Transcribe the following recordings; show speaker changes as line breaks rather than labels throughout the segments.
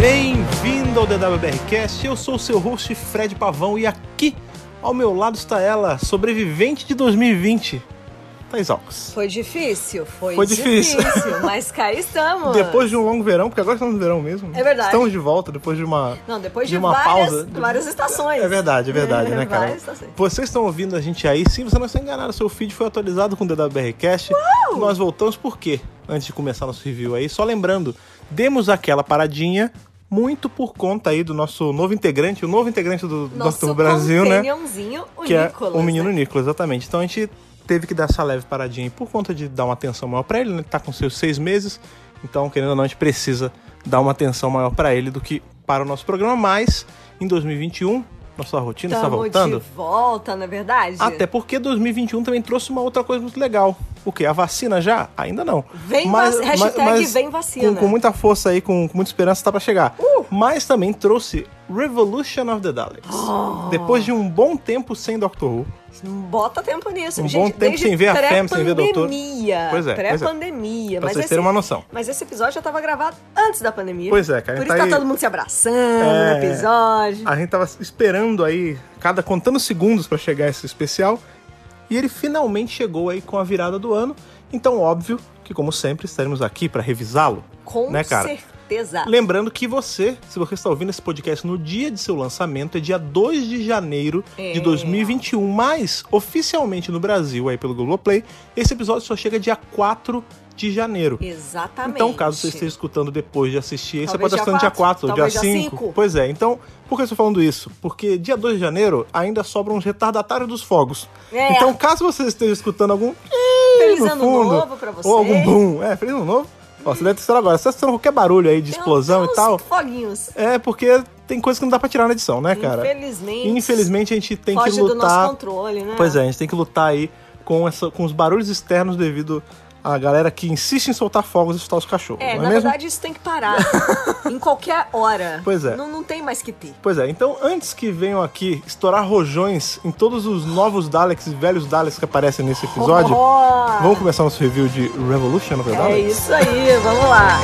Bem-vindo ao DWBRcast, eu sou o seu host Fred Pavão e aqui ao meu lado está ela, sobrevivente de 2020, Thais Alves.
Foi difícil, foi,
Foi difícil.
mas cá estamos.
Depois de um longo verão, porque agora estamos no verão mesmo. né?
É verdade.
Estamos de volta depois de uma.
Não, depois
de
de,
uma
várias,
pausa.
várias estações.
É verdade, é verdade, né, cara?
Várias estações.
Vocês estão ouvindo a gente aí, sim, você não está enganado, seu feed foi atualizado com o DWBRcast. Nós voltamos por quê? Antes de começar nosso review aí, só lembrando, demos aquela paradinha muito por conta aí do nosso novo integrante, o novo integrante do
Nosso
Dr. Brasil, né?
companhãozinho, o
que
Nicolas,
é o menino
né?
Nicolas, exatamente. Então a gente teve que dar essa leve paradinha aí por conta de dar uma atenção maior pra ele, né? Ele tá com seus seis meses, então, querendo ou não, a gente precisa dar uma atenção maior pra ele do que para o nosso programa, mas em 2021, nossa rotina está
Tamo
tá voltando.
Tá de volta, não é verdade?
Até porque 2021 também trouxe uma outra coisa muito legal. O quê? A vacina já? Ainda não.
Vem vac- hashtag vem vacina. Uh!
Com, com muita força aí, com, com muita esperança, tá pra chegar. Mas também trouxe Revolution of the Daleks.
Oh.
Depois de um bom tempo sem Doctor Who.
Não bota tempo nisso.
Um
gente,
bom tempo
desde
sem ver a Femme, sem ver o doutor.
Pré-pandemia.
Pois é, pois é.
Pré-pandemia.
Pra
mas
vocês
esse,
terem uma noção.
mas esse episódio já tava gravado antes da pandemia.
Pois é, cara,
Por
tá
isso tá
aí-
todo mundo se abraçando
É. Né,
no episódio.
A gente tava esperando aí, cada contando segundos pra chegar esse especial. E ele finalmente chegou aí com a virada do ano. Então, óbvio que, como sempre, estaremos aqui pra revisá-lo.
Com
né, cara?
certeza.
Lembrando que você, se você está ouvindo esse podcast no dia de seu lançamento, é dia 2 de janeiro de
É.
2021, mas oficialmente no Brasil, aí pelo Globoplay, esse episódio só chega dia 4 de janeiro.
Exatamente.
Então, caso você esteja escutando depois de assistir, aí, você
Talvez
pode
dia
estar no dia 4,
quatro,
dia
talvez dia
5.
cinco.
Pois é, então, por que eu estou falando isso? Porque dia 2 de janeiro ainda sobram os retardatários dos fogos.
É.
Então, caso você esteja escutando algum
Feliz
no
ano
fundo,
novo pra você.
ou algum boom, é, feliz ano novo. Ó, você deve ter sido agora. Você tá assistindo qualquer barulho aí de
Tem-
explosão
tem
e
uns
tal.
Foguinhos.
É, porque tem coisa que não dá pra tirar na edição, né, cara?
Infelizmente.
Infelizmente a gente tem
Foge
que
do nosso
lutar.
controle, né?
Pois é, a gente tem que lutar aí com, essa, com os barulhos externos devido à galera que insiste em soltar fogos e soltar os cachorros,
É,
não
na
é mesmo?
verdade isso tem que parar. em qualquer hora.
Pois é.
Não, não tem mais que ter.
Pois é, então antes que venham aqui estourar rojões em todos os novos Daleks e velhos Daleks que aparecem nesse episódio,
Ó,
vamos começar nosso review de Revolution, na verdade?
É isso aí, vamos lá.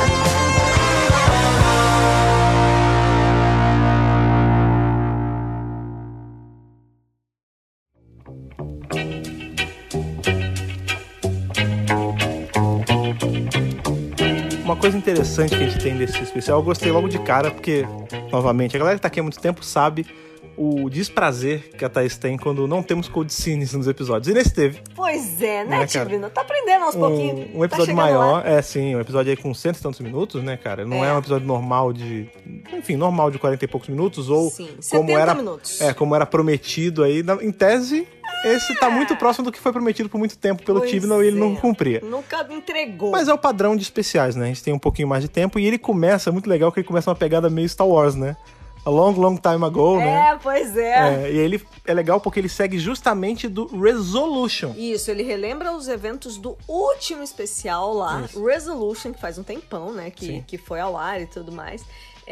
Uma coisa interessante que a gente tem desse especial, eu gostei logo de cara, porque, novamente, a galera que tá aqui há muito tempo sabe o desprazer que a Thaís tem quando não temos codicines nos episódios. E nesse teve
Pois é,
Né,
né,
cara?
Tigrina? Tá aprendendo aos pouquinhos.
um, um
Tá
episódio
chegando
maior.
lá.
É, sim, um episódio aí com cento e tantos minutos, né, cara? Não é.
É.
um episódio normal de. Enfim, normal de 40 e poucos minutos, ou
Sim, 70
como era.
minutos.
É, como era prometido aí. Na- Em tese, esse tá muito próximo do que foi prometido por muito tempo pelo
É. Pois
Tibno e ele não
é.
cumpria.
Nunca entregou.
Mas é o padrão de especiais, né? A gente tem um pouquinho mais de tempo e ele começa, é muito legal, que ele começa uma pegada meio Star Wars, né? A long, long time ago, né?
É, pois é.
É, e ele é legal porque ele segue justamente do Resolution.
Isso, ele relembra os eventos do último especial lá, Resolution, que faz um tempão, né? Que,
Sim.
que foi ao ar e tudo mais.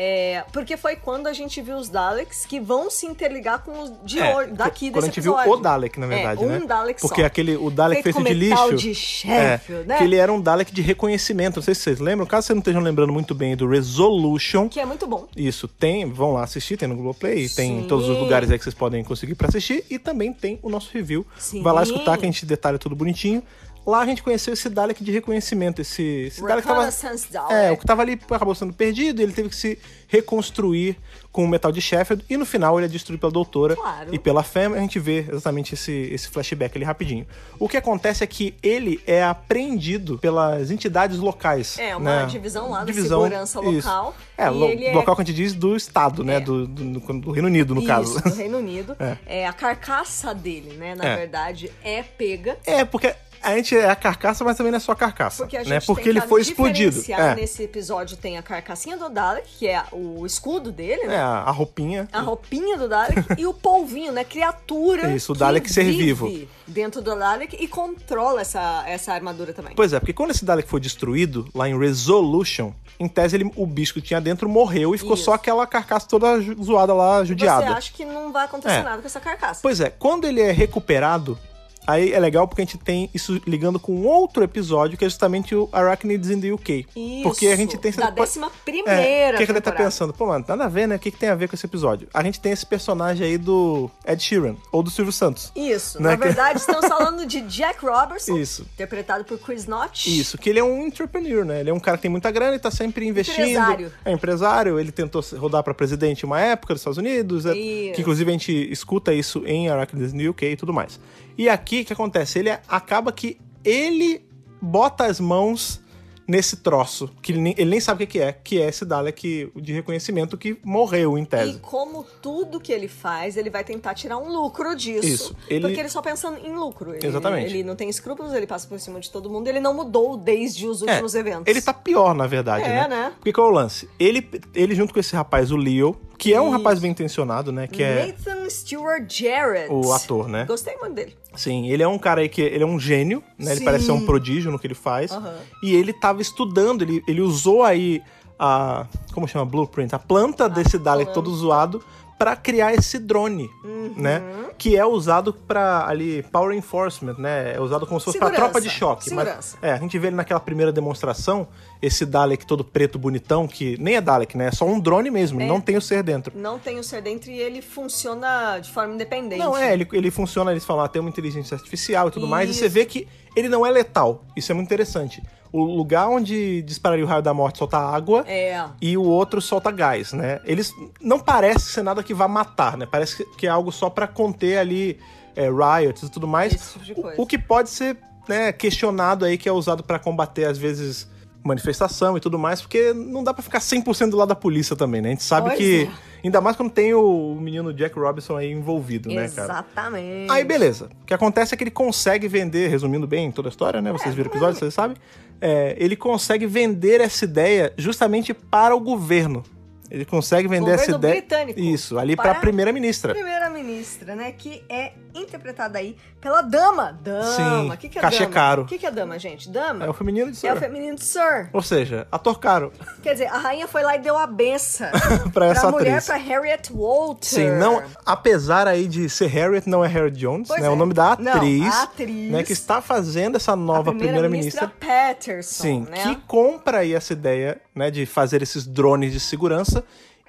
É, porque foi quando a gente viu os Daleks que vão se interligar com os de
É,
hoje, daqui
quando
desse
a gente
episódio.
viu o Dalek, na verdade,
é,
né?
um Dalek
Porque
só.
aquele, o Dalek feito,
Feito
de
com metal
lixo. É,
de Sheffield, né?
Que ele era um Dalek de reconhecimento. Não sei se vocês lembram. Caso vocês não estejam lembrando muito bem do Resolution.
Que é muito bom.
Isso, tem, vão lá assistir, tem no Globoplay, tem em
Sim.
todos os lugares aí que vocês podem conseguir pra assistir. E também tem o nosso review.
Sim.
Vai lá escutar que a gente detalha tudo bonitinho. Lá a gente conheceu esse Dalek de reconhecimento, esse, esse Dalek que tava...
Reconnaissance Dalek.
É, o que tava ali acabou sendo perdido, ele teve que se reconstruir com o metal de Sheffield, e no final ele é destruído pela doutora
Claro.
e pela Femme, a gente vê exatamente esse, esse flashback ali rapidinho. O que acontece é que ele é apreendido pelas entidades locais.
É, uma
né?
divisão lá da
Divisão,
segurança local.
isso. É,
E
lo-
ele é-
local que a gente diz do estado, né,
É.
do, do, do- do Reino Unido, no caso.
Isso, do Reino Unido.
É.
É, a carcaça dele, né? Na
É.
verdade, é pega.
É, porque a gente é a carcaça, mas também não é só a carcaça,
Porque a gente
né, porque
tem
ele
que
foi explodido.
diferenciar.
É,
Nesse episódio tem a carcassinha do Dalek, que é o escudo dele,
é,
né?
a roupinha.
A roupinha do Dalek e o polvinho, né? Criatura.
Isso, o
que
Dalek ser
vive
vivo.
Dentro do Dalek e controla essa, essa armadura também.
Pois é, porque quando esse Dalek foi destruído, lá em Resolution, em tese ele, o bicho que tinha dentro morreu e ficou
Isso.
só aquela carcaça toda ju- zoada lá,
Você
judiada.
acha que não vai acontecer
É.
nada com essa carcaça.
Pois é, quando ele é recuperado, Aí é legal porque a gente tem isso ligando com outro episódio, que é justamente o Arachnids in the UK.
Isso.
Porque a gente tem...
Da
pode-
décima
é,
primeira.
o que, que ele tá
temporada.
pensando? Pô, mano, nada a ver, né? O que, que tem a ver com esse episódio? A gente tem esse personagem aí do Ed Sheeran, ou do Silvio Santos.
Isso.
Né,
Na
que-
verdade, estamos falando de Jack Robertson,
Isso.
interpretado por Chris Notch.
Isso, que ele é um entrepreneur, né? Ele é um cara que tem muita grana e tá sempre investindo.
Empresário.
É empresário, ele tentou se- rodar pra presidente uma época dos Estados Unidos, é-
Isso.
que inclusive a gente escuta isso em Arachnids New UK e tudo mais. E aqui o que acontece? Ele acaba que ele bota as mãos nesse troço, que ele nem, ele nem sabe o que que é, que é esse Dalek de reconhecimento que morreu em tese.
E como tudo que ele faz, ele vai tentar tirar um lucro disso.
Isso, ele-
Porque ele só pensa em lucro. Ele-
Exatamente.
Ele não tem escrúpulos, ele passa por cima de todo mundo. Ele não mudou desde os últimos eventos.
Ele tá pior, na verdade,
É,
né?
né?
Porque qual é o lance? Ele, ele junto com esse rapaz, o Leo, que é um
Isso.
rapaz bem intencionado, né? Que é
Nathan Stewart Jarrett.
o ator, né?
Gostei muito dele.
Sim, ele é um cara aí que ele é um gênio, né? Ele
Sim.
parece ser um prodígio no que ele faz.
Aham.
E ele tava estudando, ele, ele usou aí a. Como chama? Blueprint, a planta
Ah,
desse Dalek todo zoado pra criar esse drone,
Uhum.
né? Que é usado pra ali power enforcement, né? É usado como se fosse pra
Segurança.
tropa de choque, mas
Segurança.
é, a gente vê ele naquela primeira demonstração, esse Dalek todo preto bonitão que nem é Dalek, né? É só um drone mesmo, não tem o ser dentro.
Não tem o ser dentro e ele funciona de forma independente.
Não, é, ele, ele funciona, eles falam, ah, tem uma inteligência artificial e tudo mais, e
Isso.
você vê que ele não é letal. Isso é muito interessante. O lugar onde dispararia o raio da morte solta água
É.
e o outro solta gás, né? Eles não parece ser nada que vá matar, né? Parece que é algo só pra conter ali é, riots e tudo mais.
Esse tipo de coisa.
O, o que pode ser né, questionado aí, que é usado pra combater, às vezes, manifestação e tudo mais, porque não dá pra ficar 100% do lado da polícia também, né? A gente sabe
Pois
que.
é.
Ainda mais quando tem o menino Jack Robinson aí envolvido, né, cara?
Exatamente.
Aí beleza. O que acontece é que ele consegue vender, resumindo bem toda a história, né? Vocês viram o episódio, vocês sabem. É, ele consegue vender essa ideia justamente para o governo. Ele consegue vender essa
Governo
ideia.
britânico.
Isso, ali para a
Para-
primeira-ministra.
Primeira-ministra, né? Que é interpretada aí pela dama. Dama.
Sim,
Que que é
cachê
dama?
caro.
O que, que é dama, gente? Dama?
É o feminino de
É o
Sarah.
feminino de Sir.
Ou seja, ator caro
Quer dizer, a rainha foi lá e deu a benção
para essa
pra mulher,
atriz.
pra Harriet Walter.
Sim, não, apesar aí de ser Harriet, não é Harriet Jones,
Pois
né? É
é.
o nome da
Não,
atriz,
a atriz.
né, que está fazendo essa
a
nova primeira-ministra
primeira-ministra Patterson,
Sim,
né?
que compra aí essa ideia, né, de fazer esses drones de segurança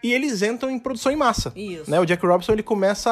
e eles entram em produção em massa.
Isso.
Né? O Jack Robinson ele começa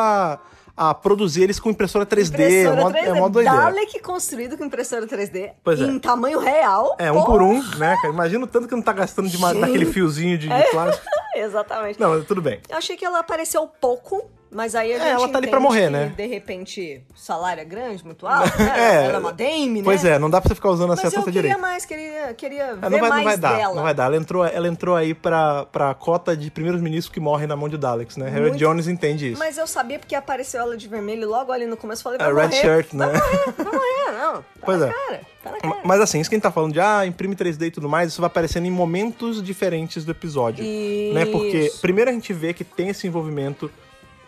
a, a produzir eles com impressora 3D, é
Impressora
mó,
3D.
é mó doideira.
Dalek construído com impressora 3D.
Pois é.
Em tamanho real.
É, um por um, né, cara? Imagina o tanto que não tá gastando de ma-
Gente.
daquele fiozinho de, de
É.
plástico.
Exatamente.
Não, tudo bem.
Eu achei que ela apareceu pouco, mas aí a gente
ela tá ali
entende
pra morrer,
que,
né?
De repente, o salário é grande, muito alto, né?
É.
Ela é uma dame, né?
Pois é, não dá pra você ficar usando
Mas
essa
eu
tanta
queria
direito.
mais, queria, queria ver
É, não vai,
mais
não vai dar,
dela.
não vai dar. Ela entrou, ela entrou aí pra, pra cota de primeiros ministros que morrem na mão de Daleks, né? Harry
Muito.
Jones entende isso.
Mas eu sabia porque apareceu ela de vermelho logo ali no começo. eu Falei,
É,
vai
red
morrer,
shirt, né?
vai morrer, não. Tá
Pois
na
é.
cara, tá na
Ma-
cara.
Mas assim, isso que a gente tá falando de ah, imprime 3D e tudo mais, isso vai aparecendo em momentos diferentes do episódio. Né? Porque
Isso.
primeiro a gente vê que tem esse envolvimento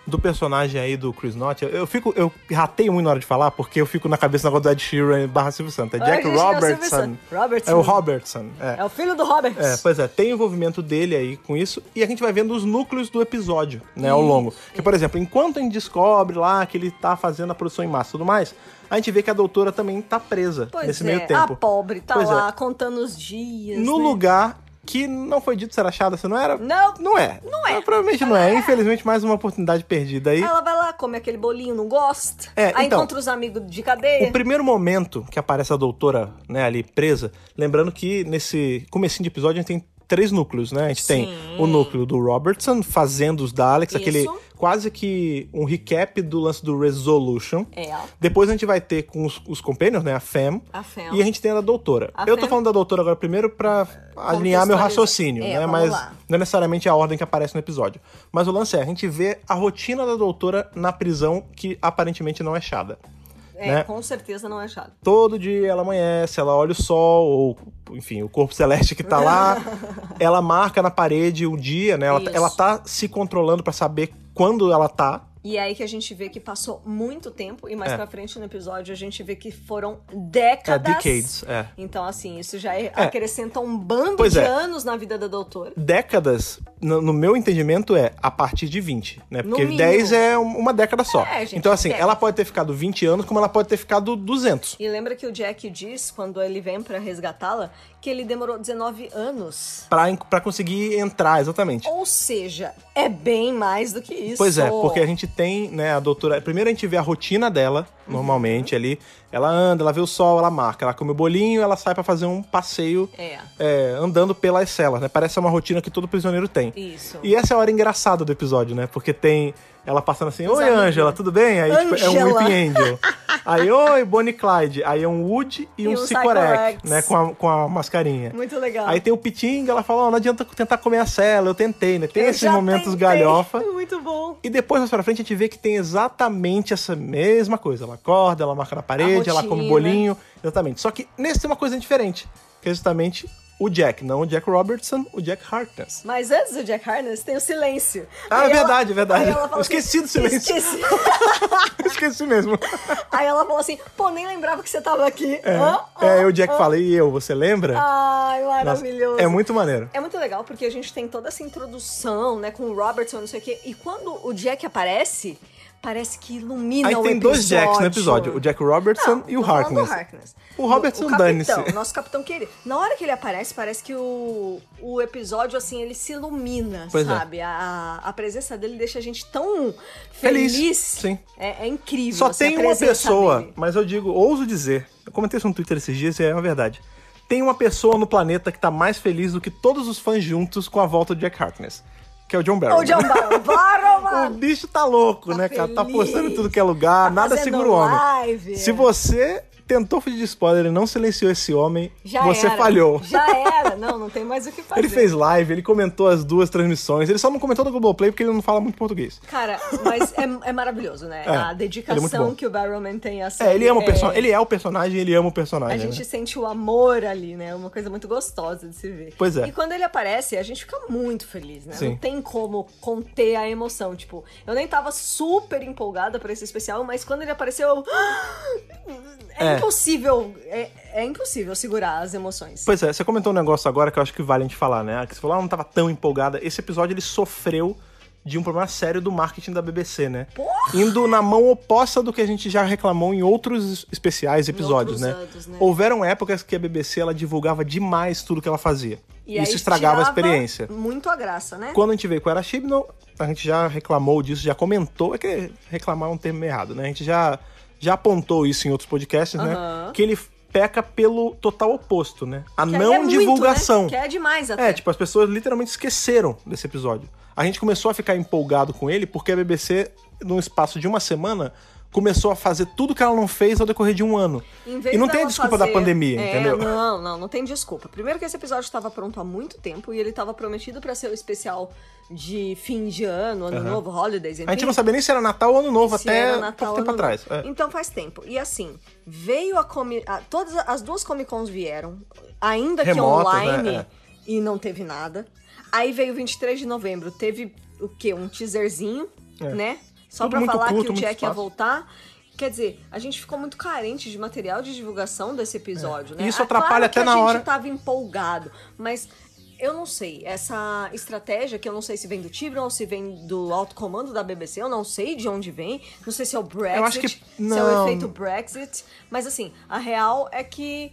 do personagem aí do Chris Knott. Eu, eu fico, eu rateio muito na hora de falar, porque eu fico na cabeça na do Ed Sheeran barra Silvio Santos. É
Ah,
Jack
gente, não, Silvio
Robertson.
Santos. Robertson.
É o Robertson. É.
É o filho do Robert.
É, pois é, tem o envolvimento dele aí com isso, e a gente vai vendo os núcleos do episódio, né, ao longo. Que, por exemplo, enquanto a gente descobre lá que ele tá fazendo a produção em massa e tudo mais, a gente vê que a doutora também tá presa
Pois
nesse
é,
meio tempo.
a pobre tá
Pois é.
lá contando os dias,
No
né?
lugar que não foi dito ser achada, se não era?
Não.
Não é.
Não é.
provavelmente não é. Infelizmente, mais uma oportunidade perdida aí.
Aí ela vai lá, come aquele bolinho, não gosta.
É,
aí
então,
encontra os amigos de cadeia.
O primeiro momento que aparece a doutora, né, ali presa, lembrando que nesse comecinho de episódio a gente tem três núcleos, né? A gente tem o núcleo do Robertson fazendo os Daleks,
Isso.
aquele quase que um recap do lance do Resolution.
É.
Depois a gente vai ter com os, os Companions, né, a Fem.
A Fem.
E a gente tem a da doutora.
A
Eu tô
Fem.
falando da doutora agora primeiro pra alinhar meu
Contextualizar.
raciocínio,
É,
né?
vamos
Mas
lá.
não é necessariamente a ordem que aparece no episódio. Mas o lance é, a gente vê a rotina da doutora na prisão que aparentemente não é achada.
É,
né?
com certeza não é chato.
todo dia ela amanhece, ela olha o sol, ou, enfim, o corpo celeste que tá lá. ela marca na parede o dia, né? Ela,
Isso.
ela tá se controlando pra saber quando ela tá.
E é aí que a gente vê que passou muito tempo, e mais pra frente no episódio a gente vê que foram décadas.
É, decades, é.
Então, assim, isso já acrescenta um bando
Pois
de
é.
anos na vida da doutora.
Décadas, no, no meu entendimento, é a partir de 20, né?
No
Porque
mínimo.
10 é um- uma década só.
É, gente,
então, assim,
década.
ela pode ter ficado 20 anos, como ela pode ter ficado 200.
E lembra que o Jack diz, quando ele vem pra resgatá-la, que ele demorou 19 anos.
Pra, en- pra conseguir entrar, exatamente.
Ou seja, é bem mais do que isso.
Pois é, porque a gente tem, né, a doutora. Primeiro a gente vê a rotina dela, normalmente
Uhum.
ali. Ela anda, ela vê o sol, ela marca, ela come o bolinho, ela sai pra fazer um passeio
É,
é, andando pelas celas, né? Parece uma rotina que todo prisioneiro tem.
isso.
E essa é a hora engraçada do episódio, né? Porque tem ela passando assim, oi
amigos.
Angela, tudo bem? Aí tipo, é um
Angela.
Whipping Angel. Aí, oi Bonnie Clyde. Aí é um Wood e, um, Sicorec,
Sycorax.
né? Com a, com a mascarinha.
Muito legal.
Aí tem o Pitinga, ela fala, ó, não adianta tentar comer a cela, eu tentei, né? Tem
Eu
esses
já
momentos
tentei.
galhofa.
Muito bom.
E depois, mais pra frente, a gente vê que tem exatamente essa mesma coisa. Ela acorda, ela marca na parede, ela come um
rotina.
bolinho. Exatamente. Só que nesse tem uma coisa diferente. Que é justamente o Jack. Não o Jack Robertson, o Jack Harkness.
Mas antes do Jack Harness, tem o silêncio.
Ah, é
Aí ela-
verdade, é verdade.
aí ela fala
Eu esqueci do silêncio.
Esqueci.
Esqueci mesmo.
aí ela falou assim, pô, nem lembrava que você tava aqui.
É, é, eu, Jack, falei, e eu, você lembra?
Ai,
Nossa,
Ah, maravilhoso.
é muito maneiro.
É muito legal porque a gente tem toda essa introdução, né, com o Robertson, não sei o quê. E quando o Jack aparece, parece que ilumina
Aí
o
tem dois Jacks no episódio, o Jack Robertson
é Não,
e o
tô falando do
Harkness.
Harkness.
O Robertson
o capitão,
dane-se.
Nosso capitão querido. Na hora que ele aparece, parece que o, o episódio, assim, ele se ilumina,
Pois é.
sabe? A, a presença dele deixa a gente tão
Feliz,
feliz.
sim.
É, é incrível.
Só
assim, a
tem uma
presença
pessoa,
dele.
mas eu digo, ouso dizer. Eu comentei isso no Twitter esses dias e é uma verdade. Tem uma pessoa no planeta que tá mais feliz do que todos os fãs juntos com a volta do Jack Harkness, que é o John Barrow.
Ô, John Barrow, bora,
O
mano!
bicho tá louco,
Tá
né, cara? Tá
feliz,
postando em tudo que é lugar,
tá
nada
fazendo
segura o homem.
live.
Se você tentou fugir de spoiler e não silenciou esse homem,
Já
você
era.
falhou.
Já era. Não, não tem mais o que fazer.
Ele fez live, ele comentou as duas transmissões, ele só não comentou do Globoplay porque ele não fala muito português.
Cara, mas é, é maravilhoso, né?
É,
a
ele é muito
dedicação
bom.
que o Barrowman tem assim.
É, ele ama o personagem, ele é o personagem, ele ama o personagem.
A
né?
gente sente o amor ali, né? É Uma coisa muito gostosa de se ver.
Pois é.
E quando ele aparece, a gente fica muito feliz, né?
Sim.
Não tem como conter a emoção. Tipo, eu nem tava super empolgada pra esse especial, mas quando ele apareceu, eu... é,
É.
impossível. É, é impossível segurar as emoções.
Pois é, você comentou um negócio agora que eu acho que vale a gente falar, né? Que você falou, ah, não tava tão empolgada. Esse episódio ele sofreu de um problema sério do marketing da BBC, né? Indo na mão oposta do que a gente já reclamou em outros especiais, episódios, né?
outros anos, né?
Houveram épocas que a BBC ela divulgava demais tudo que ela fazia.
E
Isso
aí
estragava a
tirava
experiência.
Muito a graça, né?
Quando a gente veio com Era Chibnall, a gente já reclamou disso, já comentou. É que reclamar é um termo errado, né? A gente já, já apontou isso em outros podcasts, né?
Aham.
Que ele peca pelo total oposto, né? A
Que aí
não
é muito,
divulgação.
né? Que é demais até.
É, tipo, as pessoas literalmente esqueceram desse episódio. A gente começou a ficar empolgado com ele porque a BBC, num espaço de uma semana, começou a fazer tudo que ela não fez ao decorrer de um ano.
Em vez
E não tem a
dela
desculpa da
fazer-
pandemia,
É,
entendeu?
Não, não, não tem desculpa. Primeiro que esse episódio estava pronto há muito tempo e ele estava prometido para ser o especial de fim de ano, ano novo, holidays, enfim.
A gente não sabia nem se era Natal ou Ano Novo,
se
até
era
pouco
Natal,
tempo
Ano
atrás. É.
Novo. Então faz tempo. E assim, veio a comi... a- todas as duas Comic Cons vieram, ainda
Remotas,
que online,
né?
e não teve nada. Aí veio 23 de novembro, teve o quê? Um teaserzinho,
É.
né? Só
Tudo
pra
muito
falar
curto,
que o
muito
Jack ia
espaço.
voltar. Quer dizer, a gente ficou muito carente de material de divulgação desse episódio,
É.
né?
E isso
Ah,
atrapalha
claro
até
que
na
a
hora.
gente tava empolgado, mas eu não sei, essa estratégia que eu não sei se vem do Tibron ou se vem do alto comando da BBC, eu não sei de onde vem, não sei se é o Brexit,
Eu acho que-
se é
não.
o efeito Brexit, mas assim, a real é que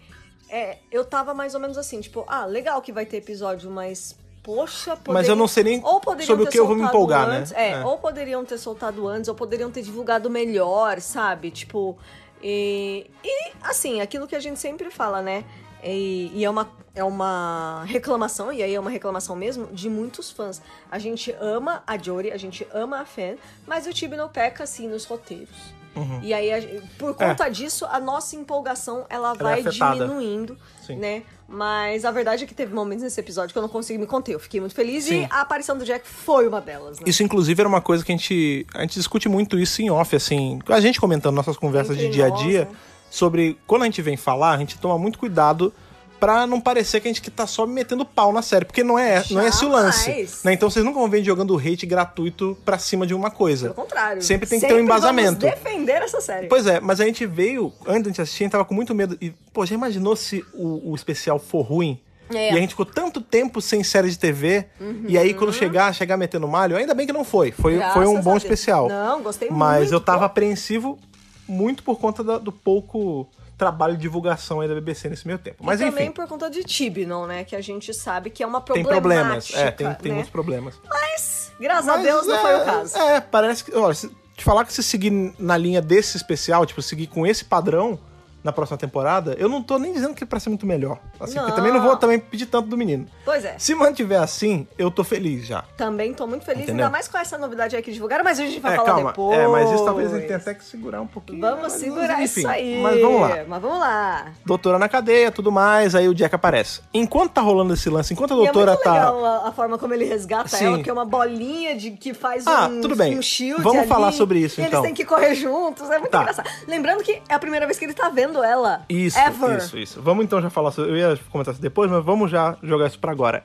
é, eu tava mais ou menos assim, tipo, ah, legal que vai ter episódio, mas poxa, poderia...
eu não sei nem
ou poderiam
sobre o
ter
que eu vou me
soltado
empolgar, né?
antes, É,
É.
ou poderiam ter soltado antes, ou poderiam ter divulgado melhor, sabe? Tipo, e, e, assim, aquilo que a gente sempre fala, né? E, e é, uma, é uma reclamação, e aí é uma reclamação mesmo, de muitos fãs. A gente ama a Jory, a gente ama a Fan, mas o Tibino peca, assim, nos roteiros.
Uhum.
E aí, a- por conta disso, a nossa empolgação, ela
É. Ela é
vai
afetada.
diminuindo,
Sim.
né? Mas a verdade é que teve momentos nesse episódio que eu não consegui me conter. Eu fiquei muito feliz
Sim.
e a aparição do Jack foi uma delas, né?
Isso, inclusive, era uma coisa que a gente, a gente discute muito isso em off, assim. A gente comentando nossas conversas
Entre
de dia a
nós,
dia
né?
sobre quando a gente vem falar, a gente toma muito cuidado Pra não parecer que a gente que tá só metendo pau na série, porque não é, não é esse o lance.
Jamais.
né? Então vocês nunca vão ver jogando hate gratuito pra cima de uma coisa.
Pelo contrário.
Sempre tem que ter um embasamento.
Vamos defender essa série.
Pois é, mas a gente veio, antes da gente assistir, a gente tava com muito medo. E, pô, já imaginou se o, o especial for ruim?
É. Uhum.
E a gente ficou tanto tempo sem série de TV. E aí, quando chegar, chegar metendo malho, ainda bem que não foi. Foi,
Graças
foi um
a
bom
Deus.
especial.
Não, gostei
Mas
muito,
eu tava
pô.
apreensivo muito por conta da- do pouco trabalho de divulgação aí da BBC nesse meio tempo. Mas
e
enfim,
também por conta de Tibnon, né? Que a gente sabe que é uma
tem
problemática,
problemas. É, tem, tem
né?
muitos problemas.
Mas, graças a
Mas,
Deus, não
é,
foi o caso.
É, parece que. Olha, se te falar que se seguir na linha desse especial, tipo, seguir com esse padrão na próxima temporada, eu não tô nem dizendo que é pra ser muito melhor. Assim, porque
Não.
também não vou também pedir tanto do menino.
Pois é.
Se mantiver assim, eu tô feliz já.
Também tô muito feliz,
Entendeu?
ainda mais com essa novidade aí que divulgaram, mas a gente vai
é,
falar
calma.
depois.
É, mas isso talvez a gente tenha até que segurar um pouquinho. né?
Vamos
Mas,
segurar
enfim,
isso aí.
Mas vamos lá.
Mas vamos lá.
Doutora na cadeia, tudo mais, aí o Jack aparece. Enquanto tá rolando esse lance, enquanto a
E
doutora
é muito
tá.
legal a, a forma como ele resgata
Sim.
ela, que é uma bolinha de que faz
Ah,
um,
tudo bem.
um shield
Vamos
ali,
falar sobre isso,
e
então.
Eles têm que correr juntos, é muito
Tá.
engraçado. Lembrando que é a primeira vez que ele tá vendo ela.
Isso,
Ever.
isso, isso. Vamos então já falar sobre. Eu ia comentar isso depois, mas vamos já jogar isso pra agora.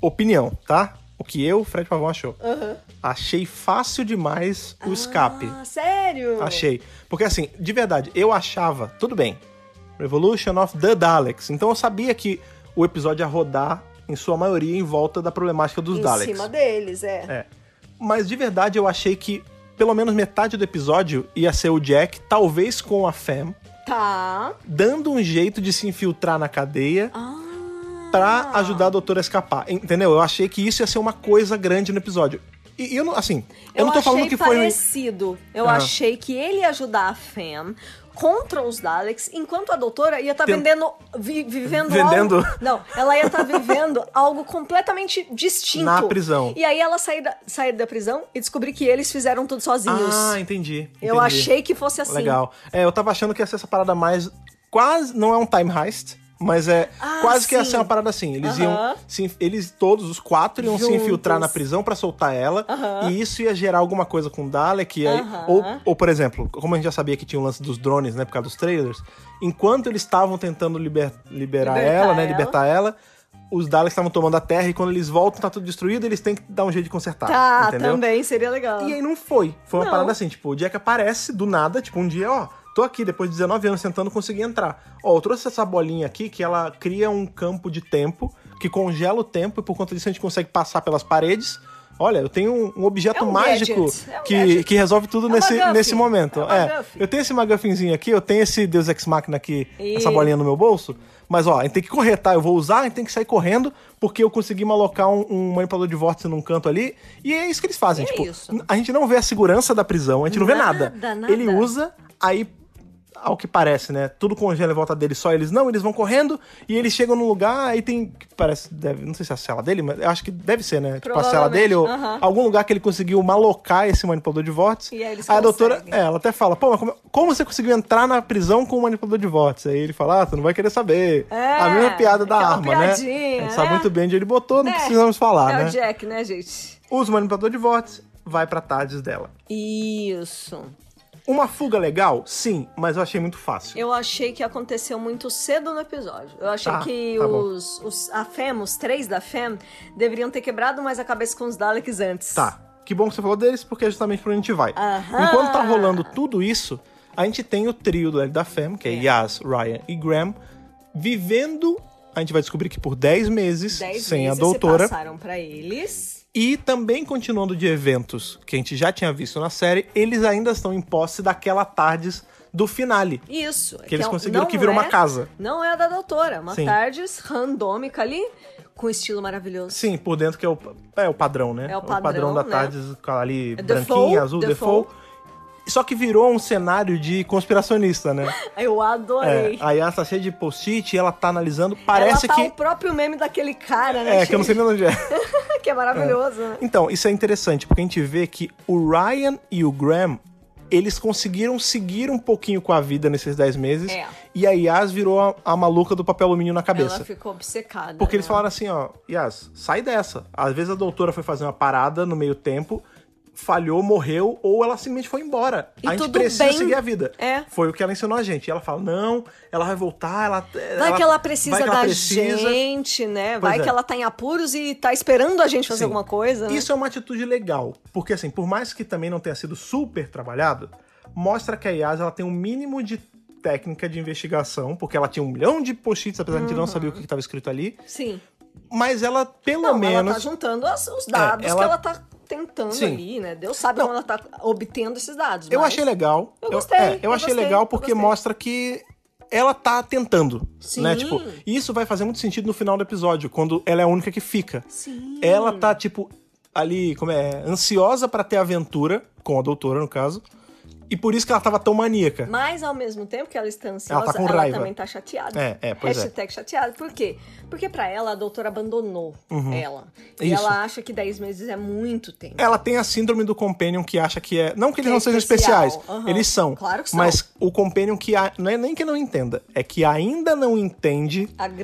Opinião, tá? O que eu, Fred Pavão, achou.
Aham.
Achei fácil demais o escape.
Ah, sério?
Achei. Porque assim, de verdade, eu achava, tudo bem. Revolution of the Daleks. Então eu sabia que o episódio ia rodar, em sua maioria, em volta da problemática dos
em
Daleks.
cima deles, é.
É. Mas de verdade eu achei que pelo menos metade do episódio ia ser o Jack, talvez com a Fem,
Tá.
dando um jeito de se infiltrar na cadeia
Ah.
pra ajudar a doutora a escapar. Entendeu? Eu achei que isso ia ser uma coisa grande no episódio. E, e eu não, assim, eu,
Eu
não tô
achei
falando que foi. um Ah.
parecido. Eu
Aham.
achei que ele ia ajudar a Fem contra os Daleks, enquanto a doutora ia estar
Tem-
vendendo. vi- vivendo.
Vendendo?
Algo, não, ela ia estar vivendo algo completamente distinto.
Na prisão.
E aí ela sair da, sair da prisão e descobrir que eles fizeram tudo sozinhos.
Ah, entendi.
eu
entendi.
achei que fosse assim.
Legal. É, eu tava achando que ia ser essa parada mais. Quase. Não é um time heist, mas é.
Ah,
quase que ia
sim.
ser uma parada assim. Eles
Aham.
iam. se inf- eles, todos, os quatro, iam se
Juntos.
infiltrar na prisão pra soltar ela.
Aham.
E isso ia gerar alguma coisa com o Dalek. e aí-
Aham.
ou, ou, por exemplo, como a gente já sabia que tinha o lance dos drones, né? Por causa dos trailers. Enquanto eles estavam tentando liber- liberar,
Libertar
ela, né?
ela.
Libertar ela. Os Daleks estavam tomando a terra e quando eles voltam, tá tudo destruído, eles têm que dar um jeito de consertar.
Tá,
entendeu?
também seria legal.
E aí não foi. Foi uma
Não.
parada assim, tipo, o Jack aparece do nada, tipo, um dia, ó, tô aqui, depois de 19 anos tentando conseguir entrar. Ó, eu trouxe essa bolinha aqui que ela cria um campo de tempo, que congela o tempo, e por conta disso a gente consegue passar pelas paredes. Olha, eu tenho um- um objeto
É um
mágico
gadget, é um
que,
gadget.
que resolve tudo
É um
nesse,
MacGuffin,
nesse momento.
é um
É,
MacGuffin.
eu tenho esse MacGuffinzinho aqui, eu tenho esse Deus Ex Machina aqui, essa
E-
bolinha no meu bolso. Mas ó, a gente tem que correr, tá? Eu vou usar, a gente tem que sair correndo, porque eu consegui malocar um, um manipulador de vórtice num canto ali. E é isso que eles fazem.
É
tipo,
isso.
a gente não vê a segurança da prisão, a gente não vê nada.
Nada, nada.
Ele usa, aí, ao que parece, né? Tudo congela em volta dele, só eles não, eles vão correndo e eles chegam num lugar, aí tem. Parece, deve, não sei se é a cela dele, mas eu acho que deve ser, né? Tipo, a cela
Provavelmente,
dele, ou
aham.
algum lugar que ele conseguiu malocar esse manipulador de vórtice.
E aí eles
a doutora,
conseguem.
é, ela até fala, pô, mas como, como você conseguiu entrar na prisão com o manipulador de vórtice? Aí ele fala, ah, tu não vai querer saber.
É,
a mesma piada da
aquela
arma,
piadinha,
né? A gente
né?
sabe muito bem onde ele botou, não
Né?
precisamos falar,
é
né?
o Jack, né, gente?
Usa o manipulador de vórtice, vai pra tardes dela.
Isso.
Uma fuga legal? Sim, mas eu achei muito fácil.
Eu achei que aconteceu muito cedo no episódio. Eu achei
Tá,
que
tá bom.
os, os, a FEM, os três da FEM, deveriam ter quebrado mais a cabeça com os Daleks antes.
Tá. Que bom que você falou deles, porque é justamente pra onde a gente vai.
Aham.
Enquanto tá rolando tudo isso, a gente tem o trio do L da Femme, que é, Yas, Ryan e Graham, vivendo. A gente vai descobrir que por 10 meses
Dez
sem
meses
a doutora.
se passaram pra eles.
E também continuando de eventos que a gente já tinha visto na série, eles ainda estão em posse daquela tardes do finale.
Isso.
Que eles
é-
conseguiram
não
que virou
é-
uma casa.
Não é a da doutora. Uma
Sim.
tardes randômica ali, com estilo maravilhoso.
Sim, por dentro que é o, é o padrão, né?
É o padrão,
da
né?
tardes com ali branquinha,
default,
azul,
default.
default. Só que virou um cenário de conspiracionista, né?
Eu
É,
adorei.
a Yas tá cheia de post-it e ela tá analisando. Parece
Ela tá
que.
o próprio meme daquele cara, né?
É, que eu não sei nem onde é.
gente? que é maravilhoso, né?
Então, isso é interessante, porque a gente vê que o Ryan e o Graham, eles conseguiram seguir um pouquinho com a vida nesses 10 meses.
É.
E a Yas virou a, a maluca do papel alumínio na cabeça.
Ela ficou obcecada.
Porque eles
né?
falaram assim, ó, Yas, sai dessa. Às vezes a doutora foi fazer uma parada no meio tempo, falhou, morreu, ou ela simplesmente foi embora.
E
a gente
tudo
precisa
bem.
seguir a vida.
É.
Foi o que ela ensinou a gente. E ela fala, não, ela vai voltar, ela...
Vai que ela precisa
vai que ela
da
precisa.
gente, né? Vai
é.
que ela tá em apuros e tá esperando a gente fazer
Sim.
alguma coisa. né?
Isso é uma atitude legal, porque assim, por mais que também não tenha sido super trabalhado, mostra que a Yasa ela tem um mínimo de técnica de investigação, porque ela tinha um milhão de post-its, apesar de não saber o que estava escrito ali,
Sim.
mas ela pelo
Uhum. Não, ela tá
menos
juntando as- os dados
É, ela-
que ela tá tentando
Sim.
ali, né? Deus sabe
Não.
como ela tá obtendo esses dados.
eu
mas-
achei legal.
Eu gostei,
é, eu,
eu
achei
gostei,
legal
eu
porque
gostei.
mostra que ela tá tentando,
Sim.
né? Tipo, e isso vai fazer muito sentido no final do episódio, quando ela é a única que fica.
Sim.
Ela tá, tipo, ali, como é? Ansiosa pra ter aventura, com a doutora, no caso. E por isso que ela tava tão maníaca.
Mas ao mesmo tempo que ela está ansiosa,
Ela tá com raiva.
também tá chateada.
É, é, pois é.
Hashtag chateada. Por quê? Porque pra ela a doutora abandonou ela. E
Uhum. Isso.
ela acha que 10 meses é muito tempo.
Ela tem a síndrome do Companion que acha que é. Não que eles
Que é
não sejam
especial,
especiais,
aham.
eles são.
Claro que são.
Mas o Companion que. a- Não é nem que não entenda, é que ainda não entende
A
que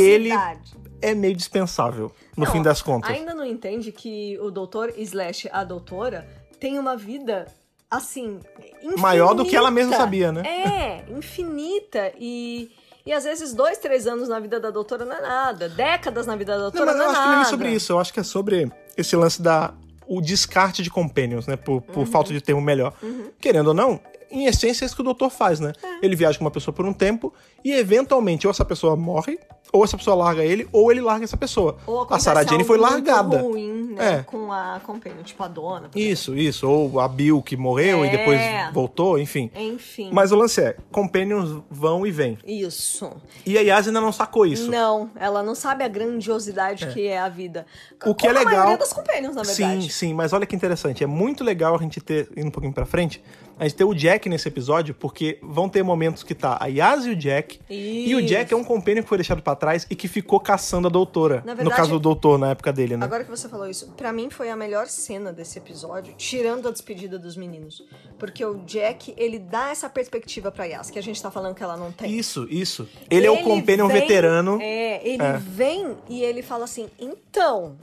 ele
grandiosidade.
é meio dispensável, no
Não,
fim das contas.
Ainda não entende que o doutor slash a doutora tem uma vida assim infinita.
Maior do que ela mesma sabia, né?
É, infinita e e às vezes dois, três anos na vida da doutora não é nada, décadas na vida da
Não,
doutora
mas
não,
eu
é
acho que não é
nada.
nem sobre isso. Eu acho que é sobre esse lance da. O descarte de companions, né? Por,
Uhum.
por falta de termo melhor. Querendo ou não, em essência é isso que o doutor faz, né?
É.
Ele viaja com uma pessoa por um tempo e, eventualmente, ou essa pessoa morre, ou essa pessoa larga ele, ou ele larga essa pessoa.
Ou
a
acontece
Sarah Jane foi
algo muito
largada.
Ruim, né?
É.
Com a companhia, tipo a dona. por
Isso, isso. Ou a Bill que morreu e
É.
depois voltou, enfim.
exemplo. Enfim.
Mas o lance é: companions vão e vêm.
Isso.
E a Yas ainda não sacou isso.
Não, ela não sabe a grandiosidade que é a vida.
O que é
Como A
legal-
maioria das companions, na verdade.
Sim, sim, mas olha que interessante. É muito legal a gente ter, indo um pouquinho pra frente, a gente ter o Jack nesse episódio, porque vão ter momentos que tá a Yas e o Jack. E o
Isso.
Jack é um companion que foi deixado pra trás e que ficou caçando a doutora.
Na verdade-
no caso do doutor, na época dele, né?
Agora que você falou isso, pra mim foi a melhor cena desse episódio, tirando a despedida dos meninos. Porque o Jack, ele dá essa perspectiva pra Yas, que a gente tá falando que ela não tem.
Isso, isso. Ele, é o companion
vem-
veterano.
É, ele
É.
vem e ele fala assim: então,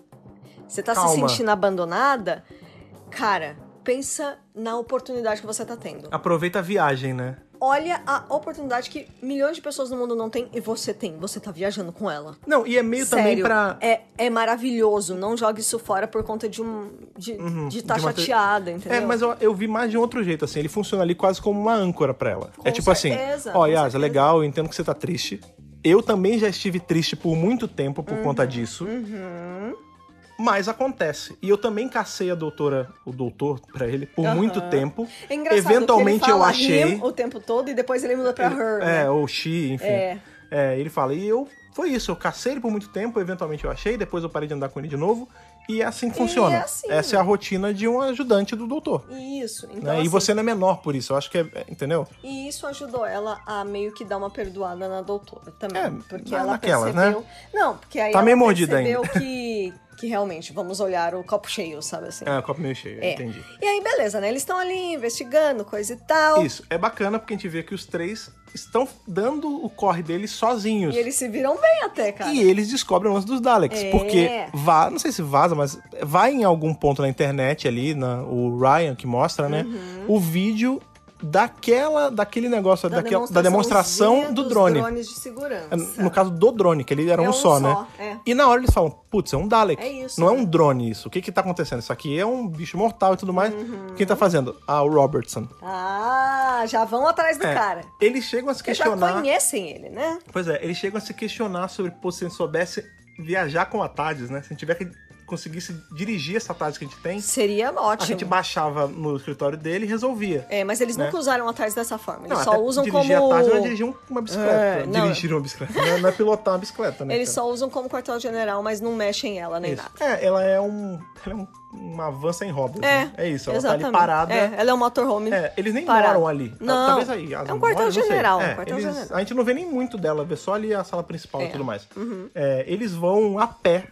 você tá se
Calma.
sentindo abandonada? Cara, pensa na oportunidade que você tá tendo.
Aproveita a viagem, né?
Olha a oportunidade que milhões de pessoas no mundo não têm e você tem. Você tá viajando com ela.
Não, e é meio também
Sério,
pra.
é, é maravilhoso. Não jogue isso fora por conta de um. de estar de tá
Uhum, de uma te-
chateada, entendeu?
É, mas eu, eu vi mais de um outro jeito, assim. Ele funciona ali quase como uma âncora pra ela.
Com
é tipo
certeza,
assim: ó,
com
Yas,
certeza.
é legal, eu entendo que você tá triste. Eu também já estive triste por muito tempo por
Uhum,
conta disso. Mas acontece. E eu também cacei a doutora, o doutor, pra ele, por
Aham.
muito tempo.
É engraçado. que
Eventualmente
ele
eu
fala
achei.
him o tempo todo e depois ele muda pra her.
É,
né?
ou she, enfim.
É.
É, ele fala, e eu. Foi isso, eu cacei ele por muito tempo, eventualmente eu achei, depois eu parei de andar com ele de novo. E é assim que
E
funciona.
é assim.
Essa é a rotina de um ajudante do doutor.
Isso. Então,
né?
assim,
e você não é menor por isso, eu acho que é. é, Entendeu?
E isso ajudou ela a meio que dar uma perdoada na doutora também.
É,
porque
na-
ela
naquelas, né?
percebeu. Não, porque aí
Tá
ela
meio mordida
percebeu que, que realmente vamos olhar o copo cheio, sabe assim?
É, copo meio cheio,
É.
entendi.
E aí, beleza, né? Eles estão ali investigando, coisa e tal.
Isso, é bacana porque a gente vê que os três estão dando o corre deles sozinhos.
E eles se viram bem até, cara.
E eles descobrem o lance dos Daleks.
É.
Porque vá, não sei se vaza, mas vai em algum ponto na internet ali, na, o Ryan que mostra, né?
Uhum.
O vídeo daquela, daquele negócio, daquela, da demonstração do
dos
drone. É,
drones de segurança.
No caso do drone, que ele era
É
um,
um
só,
só,
né?
é.
E na hora eles falam, putz, é um Dalek.
É isso,
não é
né?
um drone isso. O que que tá acontecendo? Isso aqui é um bicho mortal e tudo mais.
Uhum.
Quem tá fazendo? Ah, o Robertson.
Ah, já vão atrás do
É,
cara.
Eles chegam a se
Porque já
questionar.
conhecem ele, né?
Pois é, eles chegam a se questionar sobre pô, se a gente soubesse viajar com a TARDIS, né? Se a gente tiver que conseguisse dirigir essa TARDIS que a gente tem,
Seria
a gente
ótimo.
baixava no escritório dele e resolvia.
É, mas eles
né?
nunca usaram atrás dessa forma. Eles
Não,
só
até
usam
dirigir
como.
a TARDIS não é dirigir um- uma bicicleta.
É, não.
dirigir uma bicicleta. Não é, não é pilotar uma bicicleta, né?
Eles
cara?
só usam como quartel-general, mas não mexem ela nem
Isso.
nada.
É, ela é um. Ela é um, uma van sem rodas.
É,
né? é isso. Ela
exatamente.
tá ali parada.
É, ela é um motorhome.
É, eles nem
parada.
moram ali.
Não,
Talvez aí. as
é um
memórias, não sei.
quartel-general,
É,
um quartel
eles-
general.
A gente não vê nem muito dela, vê só ali a sala principal
É.
e tudo mais. É, eles vão a pé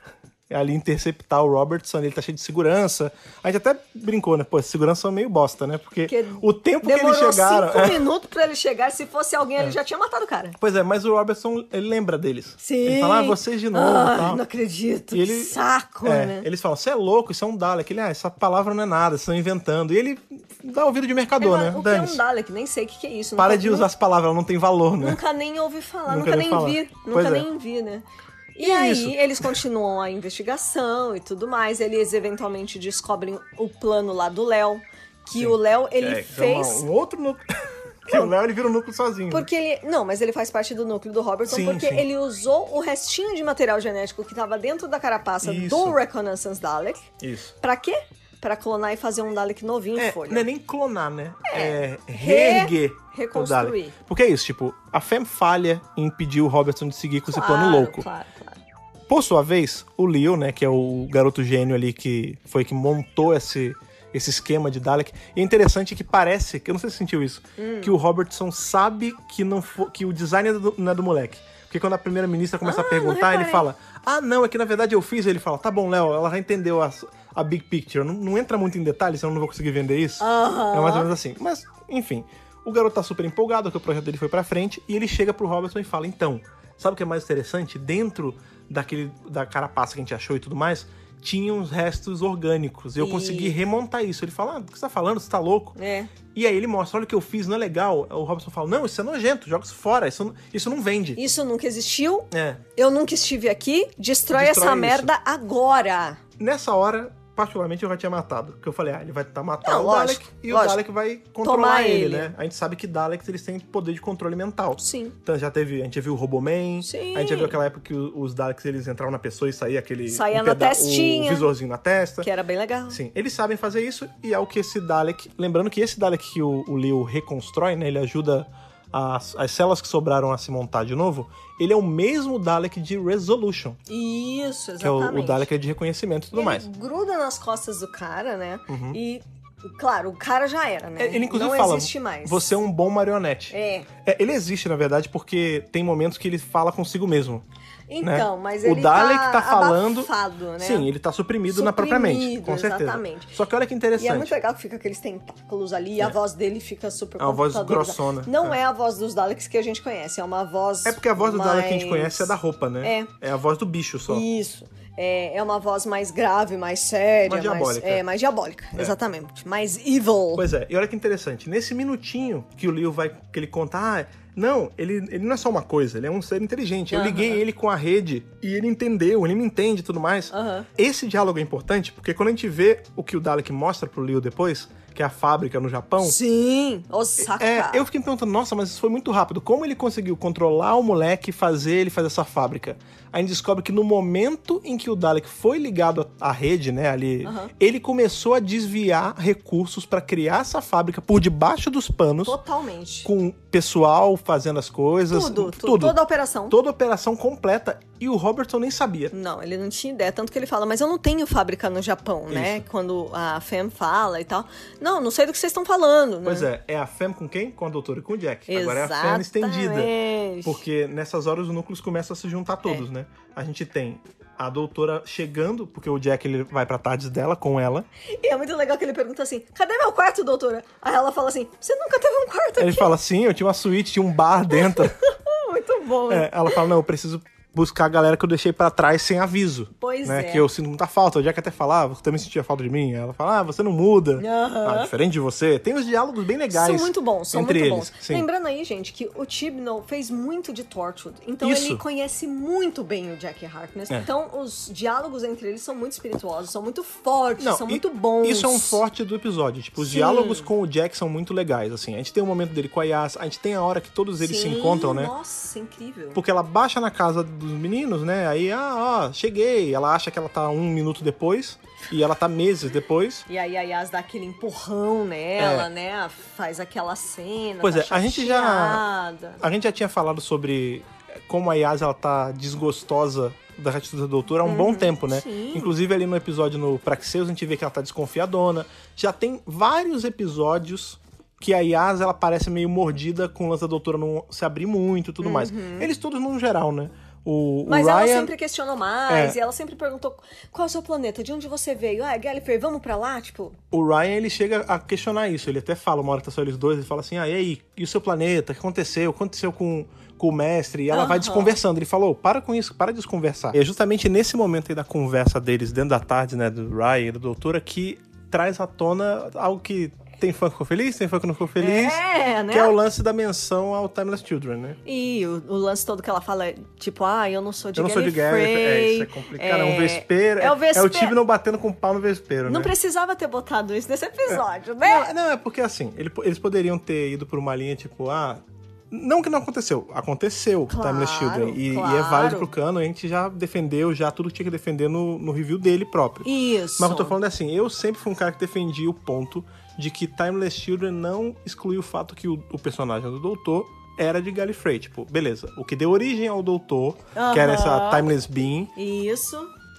ali interceptar o Robertson, ele tá cheio de segurança. A gente até brincou, né? Pô, segurança é meio bosta, né? Porque,
Porque
o tempo que eles
Demorou
chegaram.
cinco
é.
minutos pra ele chegar. Se fosse alguém, ele já tinha matado o cara.
Pois é, mas o Robertson, ele lembra deles.
Sim.
Ele fala, ah, vocês de novo
Ah,
e tal.
Não acredito.
E
que
ele-
saco,
É,
né?
Eles falam, você é louco, isso é um Dalek. Ele, ah, essa palavra não é nada, vocês estão inventando. E ele dá ouvido de mercador,
Ele fala,
né?
O que é
Dane-se.
um Dalek? Nem sei o que, que é isso.
Para
Nunca-
de usar as palavras, ela não tem valor, né?
Nunca nem ouvi falar,
Nunca
nunca,
nem
nem
falar.
vi,
Pois
nunca
é.
nem vi, né? E,
é
aí,
isso.
eles continuam a investigação e tudo mais. Eles eventualmente descobrem o plano lá do Léo. Que o Léo, ele
É, que é uma-
fez.
um outro núcleo. que o Léo ele vira um núcleo sozinho.
Porque ele. Não, mas ele faz parte do núcleo do Robertson,
Sim,
porque
sim.
ele usou o restinho de material genético que tava dentro da carapaça
Isso.
do Reconnaissance Dalek.
Isso.
Pra quê? Pra clonar e fazer um Dalek novinho
É,
em folha.
não é nem clonar, né? É,
Re-
reerguer.
reconstruir.
o Dalek. Porque é isso, tipo, a Fem falha em impedir o Robertson de seguir com esse
Claro,
plano louco.
Claro, claro.
Por sua vez, o Leo, né, que é o garoto gênio ali que foi que montou esse, esse esquema de Dalek. E é interessante que parece, que eu não sei se você sentiu isso,
Hum.
que o Robertson sabe que não fo- que o design é do- não é do moleque. Porque quando a primeira ministra começa
Ah,
a
não
perguntar, ele
reparei.
fala: "Ah, não, é que na verdade eu fiz". Ele fala: "Tá bom, Léo, ela já entendeu a, a big picture. Não, não entra muito em detalhes, senão eu não vou conseguir vender isso".
Aham.
É mais ou menos assim. Mas, enfim, o garoto tá super empolgado que o projeto dele foi pra frente e ele chega pro Robertson e fala: então, sabe o que é mais interessante? Dentro daquele da carapaça que a gente achou e tudo mais, tinha uns restos orgânicos. Eu
E-
consegui remontar isso. Ele fala: ah, o que você tá falando? Você tá louco?
É.
E aí ele mostra: olha o que eu fiz, não é legal. O Robertson fala: não, isso é nojento, joga isso fora, isso, não- isso não vende.
Isso nunca existiu.
É.
Eu nunca estive aqui. Destrói,
Destrói
essa
isso.
merda agora.
Nessa hora. Particularmente eu já tinha matado. Porque eu falei, ah, ele vai tentar matar
Não,
o
lógico,
Dalek e o
lógico.
Dalek vai controlar
Tomar
ele,
ele.
né? A gente sabe que Daleks eles têm poder de controle mental.
Sim.
Então já teve, a gente já viu o Roboman,
Sim.
a gente já viu aquela época que o- os Daleks eles entravam na pessoa e saía aquele
Saía
um
na
peda- o
testinha.
visorzinho na testa.
Que é era bem legal.
Sim, eles sabem fazer isso e é o que esse Dalek, lembrando que esse Dalek que o, o Leo reconstrói, né, ele ajuda as, as células que sobraram a se montar de novo, ele é o mesmo Dalek de Resolution,
Isso, exatamente.
que é o, o Dalek de reconhecimento e tudo
ele
mais. Uhum.
gruda nas costas do cara, né? E, claro, o cara já era, né?
É, Ele inclusive
Não
fala,
existe mais.
você é um bom marionete.
É.
É, ele existe, na verdade, porque tem momentos que ele fala consigo mesmo.
Então,
né?
mas
O
ele
Dalek tá falando-
abafado, né?
Sim, ele tá suprimido, na própria mente,
Suprimido,
com certeza.
exatamente.
Só que olha que
E é muito
interessante.
legal que fica aqueles tentáculos ali e a voz dele fica super
É uma voz
computadorizada.
grossona,
Não
é.
é. a voz dos Daleks que a gente conhece, é uma voz.
É, porque a voz do Dalek que a gente
mais-
conhece é da roupa, né? É. a voz do bicho só.
Isso. É, é uma voz mais grave, mais séria,
Mais diabólica.
Mais, é, mais diabólica, exatamente. Mais evil.
Pois é, e olha que interessante. Nesse minutinho que o Leo vai. que ele conta. Ah, não, ele, ele não é só uma coisa, ele é um ser inteligente. Eu
Aham.
liguei ele com a rede e ele entendeu, ele me entende e tudo mais.
Aham.
Esse diálogo é importante porque quando a gente vê o que o Dalek mostra pro Leo depois, que é a fábrica no Japão.
Sim, Osaka.
É, eu fiquei me perguntando, nossa, mas isso foi muito rápido. Como ele conseguiu controlar o moleque e fazer ele fazer essa fábrica? Aí a gente descobre que no momento em que o Dalek foi ligado à à rede, né, ali,
Aham.
ele começou a desviar recursos pra criar essa fábrica por debaixo dos panos,
Totalmente.
com pessoal fazendo as coisas, assim,
Tudo, tudo, Toda a operação.
Toda a operação completa e o Robertson nem sabia.
Não, ele não tinha ideia. Tanto que ele fala, mas eu não tenho fábrica no Japão, né? Quando a Fem fala e tal. Não, não sei do que vocês estão falando, né?
Pois é, é a Fem com quem? Com a doutora e com o Jack. Agora é a Fem
Exatamente.
estendida. Porque nessas horas os núcleos começam a se juntar
É.
todos, né? A gente tem a doutora chegando, porque o Jack ele vai pra tardes dela com ela.
E é muito legal que ele pergunta assim: cadê meu quarto, doutora? Aí ela fala assim: você nunca teve um quarto
Ele
aqui?
fala assim: eu tinha uma suíte, tinha um bar dentro.
Muito bom. né?
É, ela fala: não, eu preciso buscar a galera que eu deixei pra trás sem aviso.
Pois
né?
é.
Que eu sinto muita falta. O Jack até falava, você também sentia falta de mim. Ela fala: ah, você não muda.
Aham.
Ah, diferente de você. Tem uns diálogos bem legais.
São muito bons, são
entre
muito
eles.
bons.
Sim.
Lembrando aí, gente, que o Chibnall fez muito de Torchwood. Então
Isso.
ele conhece muito bem o Jack Harkness.
É.
Então os diálogos entre eles são muito espirituosos, são muito fortes, são
e-
muito bons.
Isso é um forte do episódio. Tipo, os
Sim.
diálogos com o Jack são muito legais, assim. A gente tem o momento dele com a Yas, a gente tem a hora que todos eles se
Sim,
encontram, né?
Nossa, incrível.
Porque ela baixa na casa dos meninos, né? Aí, ah, ó, cheguei. Ela acha que ela tá um minuto depois e ela tá meses depois.
E aí a Yas dá aquele empurrão nela,
É.
né? Faz aquela cena.
Pois
tá
é, a gente já-
chateada.
A gente já tinha falado sobre como a Yas, ela tá desgostosa da atitude da doutora há um bom tempo, né?
Uhum, sim.
Inclusive ali no episódio no Praxeus, a gente vê que ela tá desconfiadona. Já tem vários episódios que a Yas, ela parece meio mordida com o lance da doutora não se abrir muito e tudo mais. Eles todos num geral, né? O, o
Uhum. Mas
Ryan...
ela sempre questionou mais,
É.
e ela sempre perguntou qual é o seu planeta, de onde você veio? Ah, Gallifrey, vamos pra lá? Tipo,
O Ryan, ele chega a questionar isso. Ele até fala, uma hora que tá só eles dois, ele fala assim, ah, e aí, e o seu planeta? O que aconteceu? O que aconteceu com, com o mestre? E ela vai
Aham.
desconversando. Ele falou, "Oh, para com isso, para de desconversar. E é justamente nesse momento aí da conversa deles, dentro da tarde, né, do Ryan e da doutora, que traz à tona algo que tem fã que ficou feliz, tem fã que não ficou feliz.
é, né?
Que é o lance da menção ao Timeless Children, né?
E o, o lance todo que ela fala é, tipo, ah, eu não sou de
Eu não sou de guerra,
Gallifrey,
é isso, é complicado. É, um vespeiro.
É o
É o
vespeiro.
time não batendo com o pau no vespeiro, né?
Não
É.
precisava ter botado isso nesse episódio,
Não,
né?
não, é porque assim, ele- eles poderiam ter ido por uma linha tipo, ah. Não que não aconteceu, aconteceu
Claro,
Timeless Children. E, e é
claro.
válido pro cano, a gente já defendeu já tudo que tinha que defender no, no review dele próprio.
Isso.
Mas o que eu tô falando é assim, eu sempre fui um cara que defendia o ponto de que Timeless Children não excluía o fato que o, o personagem do Doutor era de Gallifrey. Tipo, beleza, o que deu origem ao Doutor, que era essa
Aham.
Timeless Being,
Isso.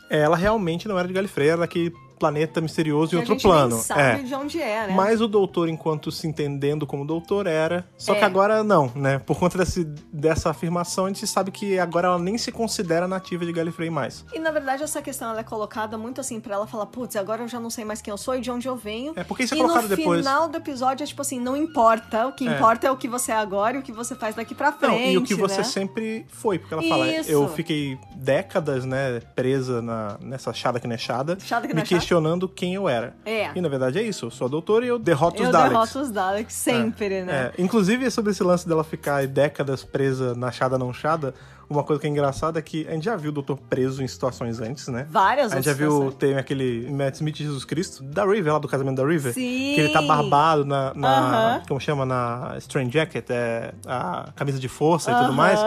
ela realmente não era de Gallifrey, era daquele planeta misterioso
Que
em
a
outro
gente
plano.
Nem sabe
é.
de onde é, né?
Mas o doutor, enquanto se entendendo como doutor, era. Só que
É.
agora não, né? Por conta desse- dessa afirmação, a gente sabe que agora ela nem se considera nativa de Gallifrey mais.
E na verdade essa questão ela é colocada muito assim pra ela falar, putz, agora eu já não sei mais quem eu sou e de onde eu venho.
É, porque isso é
e
colocado
no
depois.
final do episódio é tipo assim, não importa, o que
É.
importa é o que você é agora e o que você faz daqui pra
Não,
frente,
e o que você
né?
sempre foi, porque ela fala,
Isso.
eu fiquei décadas, né, presa na, nessa chada que não é chada,
Chada que
me
não é chada.
questionando quem eu era.
É.
E na verdade é isso, eu sou a doutora e eu derroto os
Eu
Daleks.
derroto os Daleks sempre, né?
É, inclusive, sobre esse lance dela ficar décadas presa na chada não chada, uma coisa que é engraçada é que a gente já viu o doutor preso em situações antes, né?
Várias
A gente já
outras
viu
situações.
tem aquele Matt Smith Jesus Cristo, da River, lá do casamento da River.
Sim.
Que ele tá barbado na. na-
Aham.
Como chama? Na Strain Jacket, é, a camisa de força e tudo
Aham.
mais.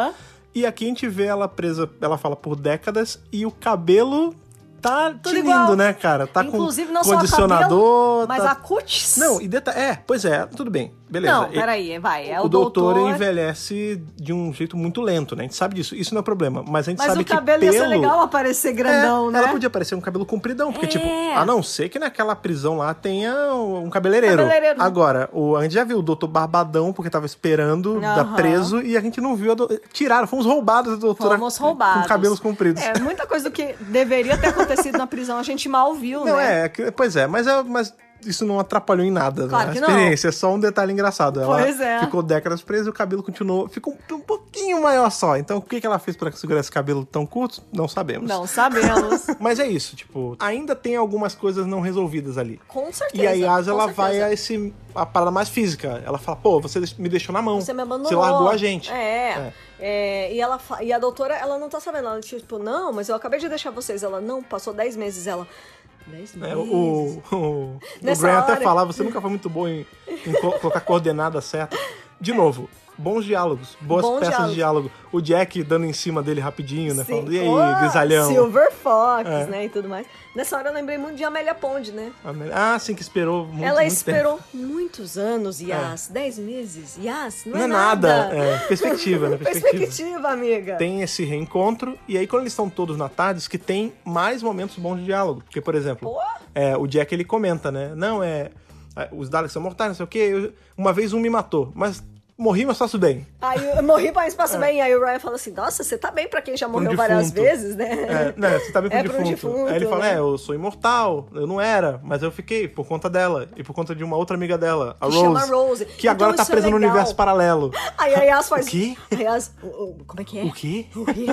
E aqui a gente vê ela presa, ela fala por décadas, e o cabelo tá tinindo,
igual.
né, cara? Tá
Inclusive,
com
não só o
condicionador.
Mas
tá-
a cutis...
Não, e detalhe. É, pois é, tudo bem. Beleza.
Não,
E-
peraí, vai. É
o,
o,
doutor, envelhece de um jeito muito lento, né? A gente sabe disso. Isso não é problema. Mas a gente
Mas
sabe
o
que
cabelo
pelo...
ia ser legal aparecer grandão,
É,
né?
Ela podia aparecer um cabelo compridão, porque,
É.
tipo, a não ser que naquela prisão lá tenha um cabeleireiro.
Cabeleireiro.
Agora, o, a gente já viu o doutor Barbadão, porque tava esperando, tá
Aham.
preso, e a gente não viu. A do... Tiraram, fomos roubados da doutora.
Fomos roubados.
Com cabelos compridos.
É, muita coisa do que deveria ter acontecido na prisão a gente mal viu,
Não,
né?
é, que- pois é, mas, é- mas isso não atrapalhou em nada
Claro
né?
que
a
não.
experiência. É só um detalhe engraçado. Ela
Pois é.
ficou décadas presa e o cabelo continuou. Ficou um pouquinho maior só. Então, o que, que ela fez pra segurar esse cabelo tão curto? Não sabemos.
Não sabemos.
Mas é isso, tipo, ainda tem algumas coisas não resolvidas ali.
Com certeza.
E a Yas,
com
ela
certeza.
vai a esse a parada mais física. Ela fala, pô, você deix- me deixou na mão.
Você me abandonou.
Você largou a gente.
É. É, e, ela, fa- e a doutora, ela não tá sabendo. Ela, tipo, não, mas eu acabei de deixar vocês. Ela, não, passou 10 meses. Ela, 10 meses?
É, o, o, o
Nessa
Graham até
hora.
falava, você nunca foi muito bom em, em co- colocar coordenada certa. De novo, bons diálogos, boas
Bom
peças de diálogo. O Jack dando em cima dele rapidinho, né?
Sim.
Falando, e aí,
Ô,
grisalhão?
Silver Fox,
É.
né, e tudo mais. Nessa hora eu lembrei muito de Amélia Pond, né?
Ah, sim, que esperou muito,
ela
muito tempo. É.
esperou muitos anos, Yas. 10 meses, Yas, não,
Não é nada. É, perspectiva, né? Perspectiva.
Perspectiva, amiga.
Tem esse reencontro, e aí quando eles estão todos na tarde, diz que tem mais momentos bons de diálogo. Porque, por exemplo,
Pô,
É, o Jack ele comenta, né? Não, é. é, Os Daleks são mortais, não sei o quê. eu- uma vez um me matou, mas morri, mas faço bem.
aí eu morri, mas passo bem. Aí o Ryan fala assim, nossa, você tá bem pra quem já morreu várias
É. um defunto.
vezes, né?
É, né, você tá bem com
É
o
pra um
defunto.
defunto,
Aí ele fala:
né?
É, eu sou imortal, eu não era, mas eu fiquei por conta dela e por conta de uma outra amiga dela, a
Que
Rose.
chama Rose.
Que agora
Então
tá
isso é
presa no
legal.
universo paralelo.
Aí a Yas faz...
O quê?
A Yas... o- o- Como é que é?
O quê?
O quê?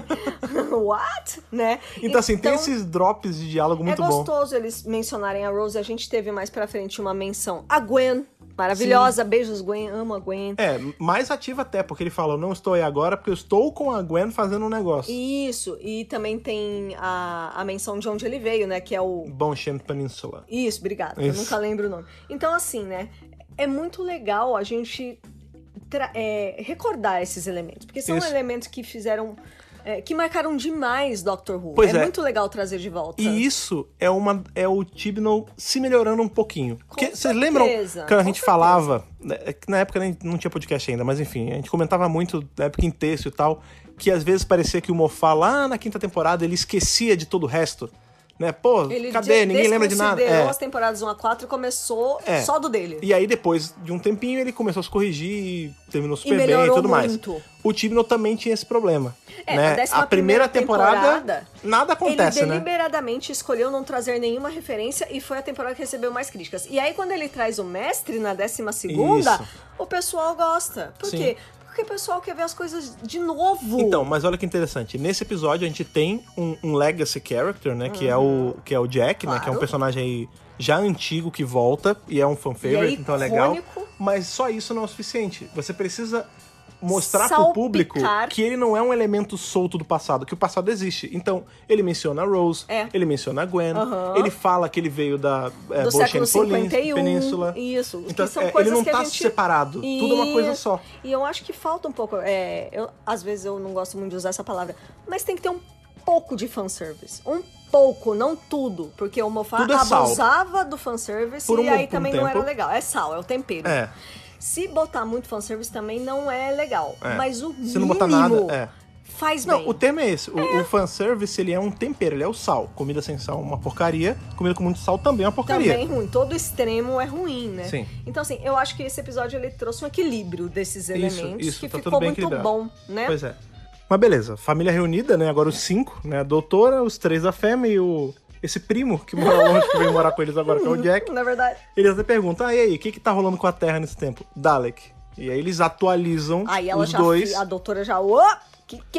What? Né?
Então, assim, tem esses drops de diálogo muito
é
bom.
gostoso eles mencionarem a Rose. A gente teve mais pra frente uma menção. A Gwen, maravilhosa. Beijos, Gwen. Amo a Gwen.
É, mais ativa até, porque ele fala: Eu não estou aí agora porque eu estou com a Gwen fazendo um negócio.
Isso. E também tem a, a menção de onde ele veio, né? Que é o...
Bom, Shen Peninsula.
Isso, obrigada. Eu
Isso.
nunca lembro o nome. Então, assim, né? É muito legal a gente tra- é, recordar esses elementos. Porque são
Isso.
elementos que fizeram... é, que marcaram demais Doctor Who.
Pois é.
muito legal trazer de volta.
E isso é uma é o Tibnall se melhorando um pouquinho. Porque vocês
certeza,
lembram quando a
com
gente
certeza.
falava, né, que na época nem não tinha podcast ainda, mas enfim, a gente comentava muito na época em texto e tal, que às vezes parecia que o Mofá lá na quinta temporada ele esquecia de todo o resto. né? Pô,
Ele
cadê?
de-
Ninguém lembra de nada.
desconsiderou
É.
as temporadas 1 a 4 e começou
É.
só do dele.
E aí, depois de um tempinho, ele começou a se corrigir e terminou
E
super bem e
melhorou
tudo mais.
muito.
O Tibno também tinha esse problema.
É,
né?
na décima
a primeira
primeira temporada,
nada acontece,
ele
né?
deliberadamente escolheu não trazer nenhuma referência e foi a temporada que recebeu mais críticas. E aí, quando ele traz o mestre na décima segunda,
Isso.
o pessoal gosta. Por
Sim.
quê? Porque o pessoal quer ver as coisas de novo.
Então, mas olha que interessante. Nesse episódio a gente tem um, um legacy character, né? Que é o que é o Jack, né? Que é um
Uhum. Claro.
personagem aí já antigo que volta e é um fan favorite,
E é
então é legal.
icônico.
Mas só isso não é o suficiente. Você precisa mostrar pro
Salpicar.
público que ele não é um elemento solto do passado, que o passado existe. Então, ele menciona a Rose,
É.
ele menciona a Gwen,
Aham.
ele fala que ele veio da é,
do
Bolshen
século
Polin-
51.
Península.
Isso.
Então,
que são
é, ele
coisas
não
que
tá
a gente...
separado. Tudo é uma coisa
Isso.
só.
E eu acho que falta um pouco. é, eu, às vezes eu não gosto muito de usar essa palavra, mas tem que ter um pouco de fanservice. Um pouco, não tudo. Porque o Mofá
Tudo é sal.
abusava do fanservice
Por um-
e aí
por um
também não
tempo.
era legal. É sal, é o tempero.
É.
Se botar muito fanservice também não é legal.
É.
Mas o
Se
mínimo
não botar nada, é.
faz
Não,
bem.
o tema é esse. O, o fanservice, ele é um tempero, ele é o sal. Comida sem sal é uma porcaria, comida com muito sal também é uma porcaria.
Também ruim. Todo extremo é ruim, né?
Sim.
Então, assim, eu acho que esse episódio ele trouxe um equilíbrio desses elementos
isso,
que
tá tudo
ficou
bem
muito
equilibrado.
bom, né?
Pois é. Mas beleza, família reunida, né? Agora os cinco, né? A doutora, os três da Fêmea e o... Esse primo que mora longe, que veio morar com eles agora, que é o Jack.
Na verdade.
Eles até perguntam, ah, e aí, o que que tá rolando com a Terra nesse tempo? Dalek. E aí eles atualizam
Aí ela
os
já.
dois.
A doutora já. Ô, que, que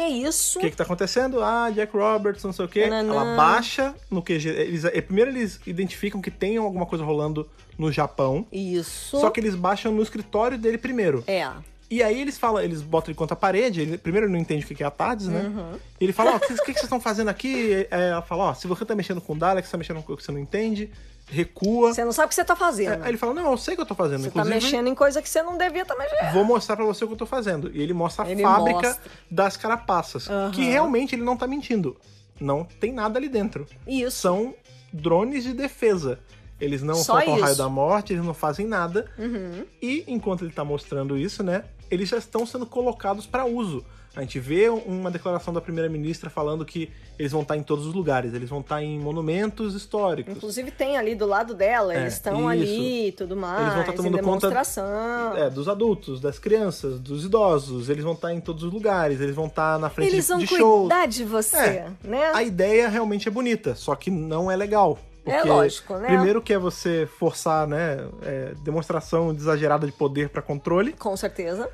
O
isso?
que que tá acontecendo? Ah, Jack Roberts, não sei o quê.
Nananã.
Ela baixa no QG. Eles, eh, primeiro eles identificam que tem alguma coisa rolando no Japão.
Isso.
Só que eles baixam no escritório dele primeiro.
É.
E aí eles falam, eles botam ele contra a parede, ele primeiro ele não entende o que que é a TARDIS, né?
Uhum.
E ele fala, ó, o que, o que que vocês estão fazendo aqui? É, ela fala, ó, se você tá mexendo com o Dalek, você tá mexendo com coisa que você não entende, recua.
Você não sabe o que você tá fazendo.
Aí É, ele fala, não, eu sei o que eu tô fazendo.
você tá
Inclusive,
mexendo em coisa que você não devia estar mexendo.
vou mostrar pra você o que eu tô fazendo. E ele mostra a
Ele
fábrica
mostra.
das carapaças.
Aham.
Que realmente ele não tá mentindo. Não tem nada ali dentro.
Isso.
São drones de defesa. Eles não
Só
soltam
isso.
raio da morte, eles não fazem nada.
Uhum.
E enquanto ele tá mostrando isso, né? Eles já estão sendo colocados pra uso. A gente vê uma declaração da primeira-ministra falando que eles vão estar em todos os lugares, eles vão estar em monumentos históricos.
Inclusive tem ali do lado dela,
É,
eles estão ali e tudo mais.
Eles vão tá tomando
em
conta-
demonstração.
É, dos adultos, das crianças, dos idosos, eles vão estar em todos os lugares, eles vão estar na frente
Eles
de,
vão
de shows.
cuidar de você,
É.
né?
A ideia realmente é bonita, só que não é legal.
É
porque
lógico, né?
Primeiro que é você forçar, né, é, demonstração exagerada de poder pra controle,
Com certeza.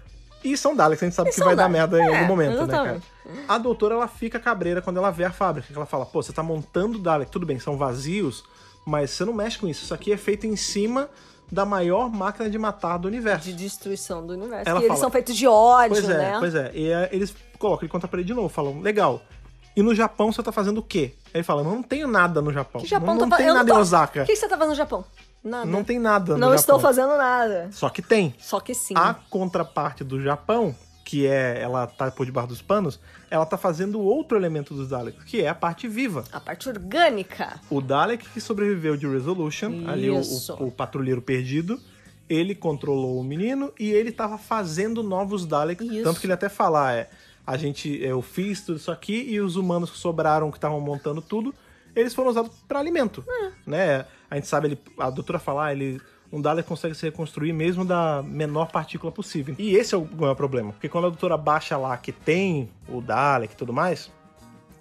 E são Daleks, a gente sabe
E
que
são
vai dar
Daleks.
merda em
É,
algum momento,
exatamente.
né, cara? A doutora, ela fica cabreira quando ela vê a fábrica. que Ela fala, pô, você tá montando Dalek, tudo bem, são vazios, mas você não mexe com isso. Isso aqui é feito em cima da maior máquina de matar do universo.
De destruição do universo.
Ela
e eles
fala-
são feitos de ódio,
Pois é,
né?
pois é. E é, eles colocam ele contra a parede de novo, falam, legal. E no Japão você tá fazendo o quê? Aí ele fala, não tenho nada no Japão.
Que Japão
não, não
tá
tem
fazendo.
nada em Osaka.
O que que você tá fazendo no Japão? Nada.
Não tem nada no
Não
Japão. Ah.
estou fazendo nada.
Só que tem.
Só que sim.
A contraparte do Japão, que é ela tá por debaixo dos panos, ela tá fazendo outro elemento dos Daleks, que é a parte viva.
A parte orgânica.
O Dalek que sobreviveu de Resolution, ali o,
Isso.
o- o patrulheiro perdido, ele controlou o menino e ele tava fazendo novos Daleks,
Isso.
tanto que ele até fala, é, a gente, eu fiz tudo isso aqui e os humanos que sobraram, que estavam montando tudo, eles foram usados para alimento, né? A gente sabe, ele, a doutora falar, ele um Dalek consegue se reconstruir mesmo da menor partícula possível. E esse é o maior problema, porque quando a doutora baixa lá que tem o Dalek e tudo mais,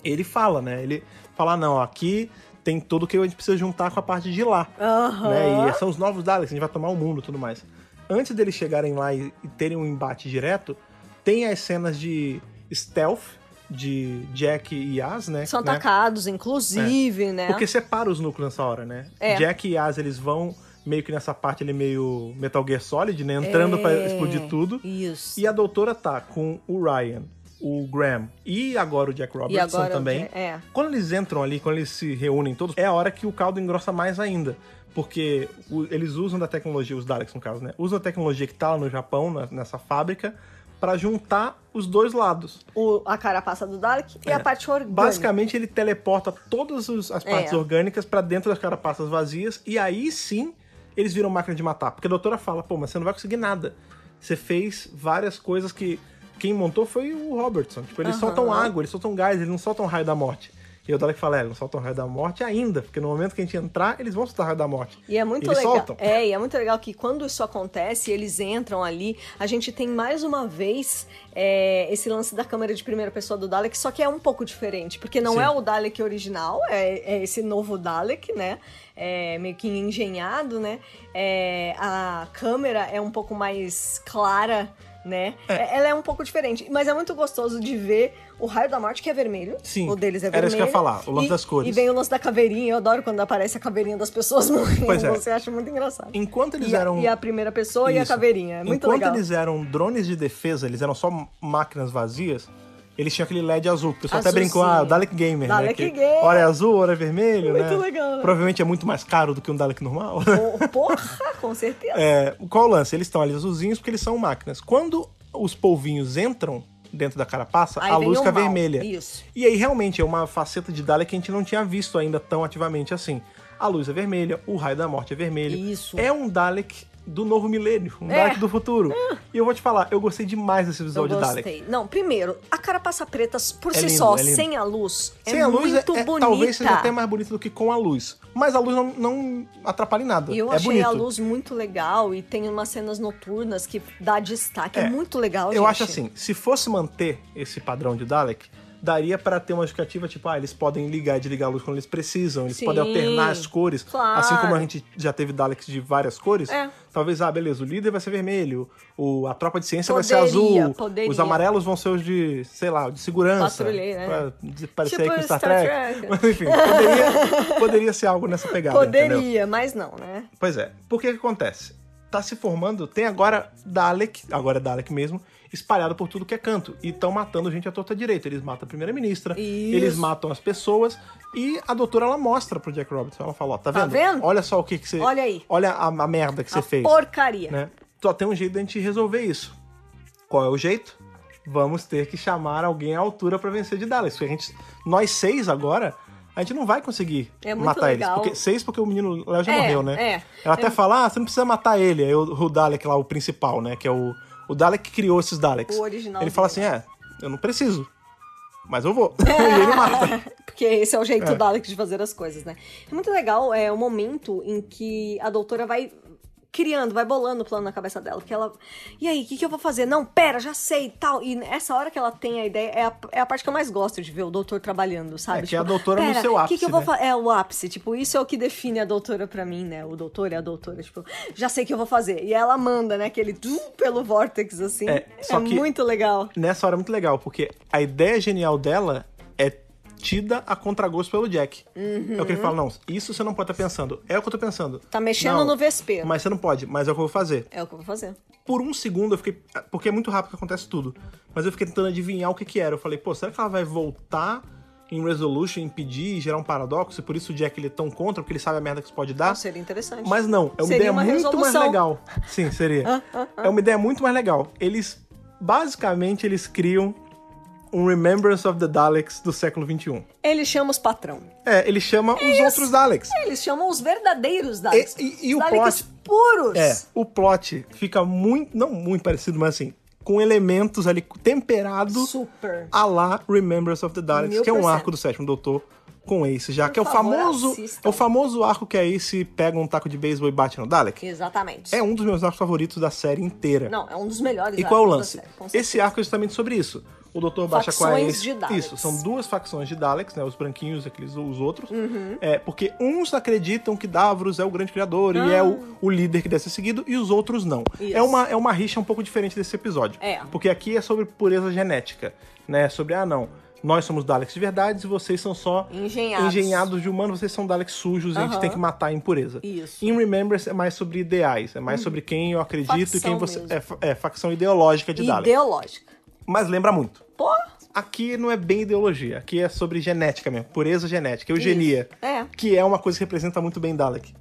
ele fala, né? Ele fala, não, aqui tem tudo que a gente precisa juntar com a parte de lá.
Aham.
Né? E são os novos Daleks, a gente vai tomar o mundo e tudo mais. Antes deles chegarem lá e, e terem um embate direto, tem as cenas de stealth de Jack e Yas, né?
São
né? É.
atacados, inclusive, né?
Porque separa os núcleos nessa hora, né?
É.
Jack e Yas, eles vão meio que nessa parte ali meio Metal Gear Solid, né? Entrando pra
É.
explodir tudo.
Isso.
E a doutora tá com o Ryan, o Graham e agora o Jack
E
Robertson
agora.
também.
É.
Quando eles entram ali, quando eles se reúnem todos, é a hora que o caldo engrossa mais ainda. Porque o- eles usam da tecnologia, os Daleks no caso, né? Usam a tecnologia que tá lá no Japão, na- nessa fábrica, pra juntar os dois lados.
O, a carapaça do Dalek e
É.
a parte orgânica.
Basicamente, ele teleporta todas os- as partes
É.
orgânicas pra dentro das carapaças vazias, e aí sim eles viram máquina de matar. Porque a doutora fala, pô, mas você não vai conseguir nada. Você fez várias coisas que quem montou foi o Robertson. Tipo, eles
Aham.
soltam água, eles soltam gás, eles não soltam raio da morte. E o Dalek fala, é, eles não soltam raio da morte ainda, porque no momento que a gente entrar, eles vão soltar raio da morte.
E é muito
Eles
legal.
soltam.
É, e é muito legal que quando isso acontece, eles entram ali. A gente tem mais uma vez é, esse lance da câmera de primeira pessoa do Dalek, só que é um pouco diferente, porque não
Sim.
é o Dalek original, é, é esse novo Dalek, né? É meio que engenhado, né? É, a câmera é um pouco mais clara, né? É- Ela é um pouco diferente, mas é muito gostoso de ver o raio da morte que é vermelho.
Sim,
O deles é vermelho.
era isso que eu ia falar, o lance
e-
das cores.
E vem o lance da caveirinha, eu adoro quando aparece a caveirinha das pessoas morrendo.
Pois é.
Você acha muito engraçado.
Enquanto eles
e, a-
eram...
e a primeira pessoa e a
Isso.
caveirinha. É muito
Enquanto
legal.
eles eram drones de defesa, eles eram só máquinas vazias, eles tinham aquele LED azul. O pessoal até
Azulzinho.
brincou, ah, Dalek Gamer, né?
Dalek
Que
Gamer.
Hora é azul, hora é vermelho,
Muito
né?
legal, né?
Provavelmente é muito mais caro do que um Dalek normal.
Pô, Porra, com certeza.
É, qual o lance? Eles estão ali azulzinhos porque eles são máquinas. Quando os polvinhos entram dentro da carapaça,
Aí
a
vem
luz
o
fica
mal.
vermelha.
Isso.
E aí, realmente, é uma faceta de Dalek que a gente não tinha visto ainda tão ativamente assim. A luz é vermelha, o raio da morte é vermelho.
Isso.
É um Dalek do novo milênio, um
É. Ah.
Dalek do futuro. E eu vou te falar, eu gostei demais desse visual de
Eu
Dalek.
gostei. Não, primeiro, a carapaça preta por
É
si
lindo,
só,
é lindo.
sem a luz,
Sem
é
a luz, é,
muito
é-
bonita.
talvez seja até mais bonito do que com a luz. Mas a luz não, não atrapalha em nada.
E eu
é
achei
bonito.
a luz muito legal e tem umas cenas noturnas que dá destaque. É,
É.
muito legal,
Eu
gente.
acho assim, se fosse manter esse padrão de Dalek, daria pra ter uma justificativa tipo, ah, eles podem ligar e desligar a luz quando eles precisam, eles
Sim,
podem alternar as cores,
claro.
assim como a gente já teve Daleks de várias cores.
É.
Talvez, ah, beleza, o líder vai ser vermelho, o, a tropa de ciência vai ser
Poderia,
azul,
poderia.
os amarelos vão ser os de, sei lá, de segurança.
Patrulheiro, né?
Pra de- parecer
Tipo
aí com Star,
Star
Trek.
Trek.
Mas enfim, poderia, poderia ser algo nessa pegada. entendeu?
Poderia, mas não, né?
Pois é. Por que que acontece? Tá se formando, tem agora Dalek, agora é Dalek mesmo, espalhado por tudo que é canto. E estão matando gente à torta direita. Eles matam a primeira-ministra,
Isso.
eles matam as pessoas. E a doutora, ela mostra pro Jack Robertson. Ela fala, ó, tá
Tá
vendo?
vendo?
Olha só o que que você...
Olha aí.
Olha a, a merda que você
a
fez.
porcaria.
Né? Só tem um jeito da gente resolver isso. Qual é o jeito? Vamos ter que chamar alguém à altura pra vencer de Dalek. Porque a gente, nós seis agora, a gente não vai conseguir
É muito
matar
legal.
eles. Porque, seis porque o menino Léo já
É,
morreu, né?
é.
Ela até fala, ah, você não precisa matar ele. Aí o, o Dalek lá, o principal, né? Que é o, o Dalek que criou esses Daleks.
O original
Ele fala assim,
dele.
é, eu não preciso. Mas eu vou.
É.
e ele mata.
Porque esse é o jeito
É.
Dalek de fazer as coisas, né? É muito legal é, o momento em que a doutora vai criando, vai bolando o plano na cabeça dela. Porque ela. E aí, o que, que eu vou fazer? Não, pera, já sei tal. E essa hora que ela tem a ideia, é a, é a parte que eu mais gosto de ver o doutor trabalhando, sabe?
É, que é a doutora no seu
O que, que
ápice,
eu vou
né?
fa- É o ápice. Tipo, isso é o que define a doutora pra mim, né? O doutor é a doutora. Tipo, já sei o que eu vou fazer. E ela manda, né? Aquele du pelo vórtex, assim.
É,
É,
só que-
muito legal.
nessa hora é muito legal, porque a ideia genial dela é tida a contragosto pelo Jack. É o que ele fala, não, isso você não pode estar pensando. É o que eu tô pensando.
Tá mexendo
Não,
no vespeiro.
Mas você não pode, mas é o que eu vou fazer.
É o que eu vou fazer.
Por um segundo eu fiquei. Porque é muito rápido que acontece tudo. Mas eu fiquei tentando adivinhar o que que era. Eu falei, pô, será que ela vai voltar em Resolution, impedir, gerar um paradoxo? E por isso o Jack ele é tão contra, porque ele sabe a merda que isso pode dar.
Então, seria interessante.
Tá? Mas não, é uma
Seria
ideia
uma
muito
resolução.
mais legal. Sim, seria. é uma ideia muito mais legal. Eles, basicamente, eles criam um Remembrance of the Daleks do século XXI.
Ele chama os patrão.
É, ele chama os outros Daleks.
Eles chamam os verdadeiros Daleks.
E- e- e o
Os Daleks
plot-
puros.
É, o plot fica muito, não muito parecido, mas assim, com elementos ali temperado
Super.
a lá Remembrance of the Daleks,
Mil
que é um
por cento.
arco do sétimo doutor com Ace já, que é o
favor,
famoso,
assistam.
é o famoso arco que a Ace pega um taco de beisebol e bate no Dalek.
Exatamente.
É um dos meus arcos favoritos da série inteira.
Não, é um dos melhores
E qual é o
Daleks
lance?
da série, com certeza.
Esse arco é justamente sobre isso. O Dr. Baixa com a
Facções
Ace.
de Daleks.
Isso, são duas facções de Daleks, né? Os branquinhos, aqueles os outros.
Uhum.
É, porque uns acreditam que Davros é o grande criador e é o, o líder que deve ser seguido, e os outros não.
Ah. Isso.
É uma, é uma rixa um pouco diferente desse episódio.
É.
Porque aqui é sobre pureza genética, né? Sobre, ah, não. Nós somos Daleks de verdade e vocês são só
Engenhados.
engenhados de humanos, vocês são Daleks sujos e a gente
Aham.
tem que matar a impureza.
Isso. Uhum.
Em Remembrance é mais sobre ideais, é mais sobre quem eu acredito e quem
Facção
você.
mesmo.
É, fa- é, facção ideológica de Dalek.
Ideológica.
Mas lembra muito.
Pô,
Aqui não é bem ideologia, aqui é sobre genética mesmo, pureza genética, eugenia.
Isso, é.
Que é uma coisa que representa muito bem Dalek.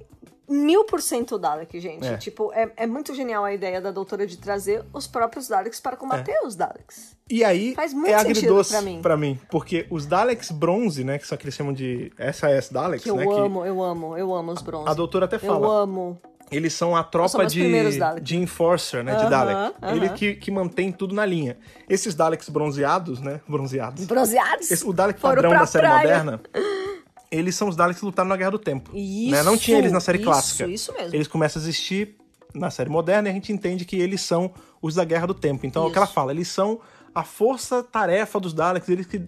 mil por cento Dalek, gente.
É.
Tipo, é, é muito genial a ideia da doutora de trazer os próprios Daleks para
É.
combater os Daleks.
E aí
Faz muito
é
sentido
agridoce
pra mim.
porque os Daleks bronze, né, que são que eles chamam de SAS Daleks,
Que eu
né,
amo, eu amo, eu amo os bronze.
a doutora até
Eu
fala.
amo.
Eles são a tropa
meus
de,
primeiros Daleks.
de enforcer, né? De
Aham,
Dalek.
aham.
Ele que, que mantém tudo na linha. Esses Daleks bronzeados, né? Bronzeados.
Bronzeados?
Esse- o Dalek
Foram
padrão
pra
da série
praia.
moderna, eles são os Daleks que lutaram na Guerra do Tempo.
Isso,
né? Não tinha eles na série
isso,
clássica.
Isso mesmo.
Eles começam a existir na série moderna e a gente entende que eles são os da Guerra do Tempo. Então é o que
Isso.
ela fala, eles são a força-tarefa dos Daleks, eles que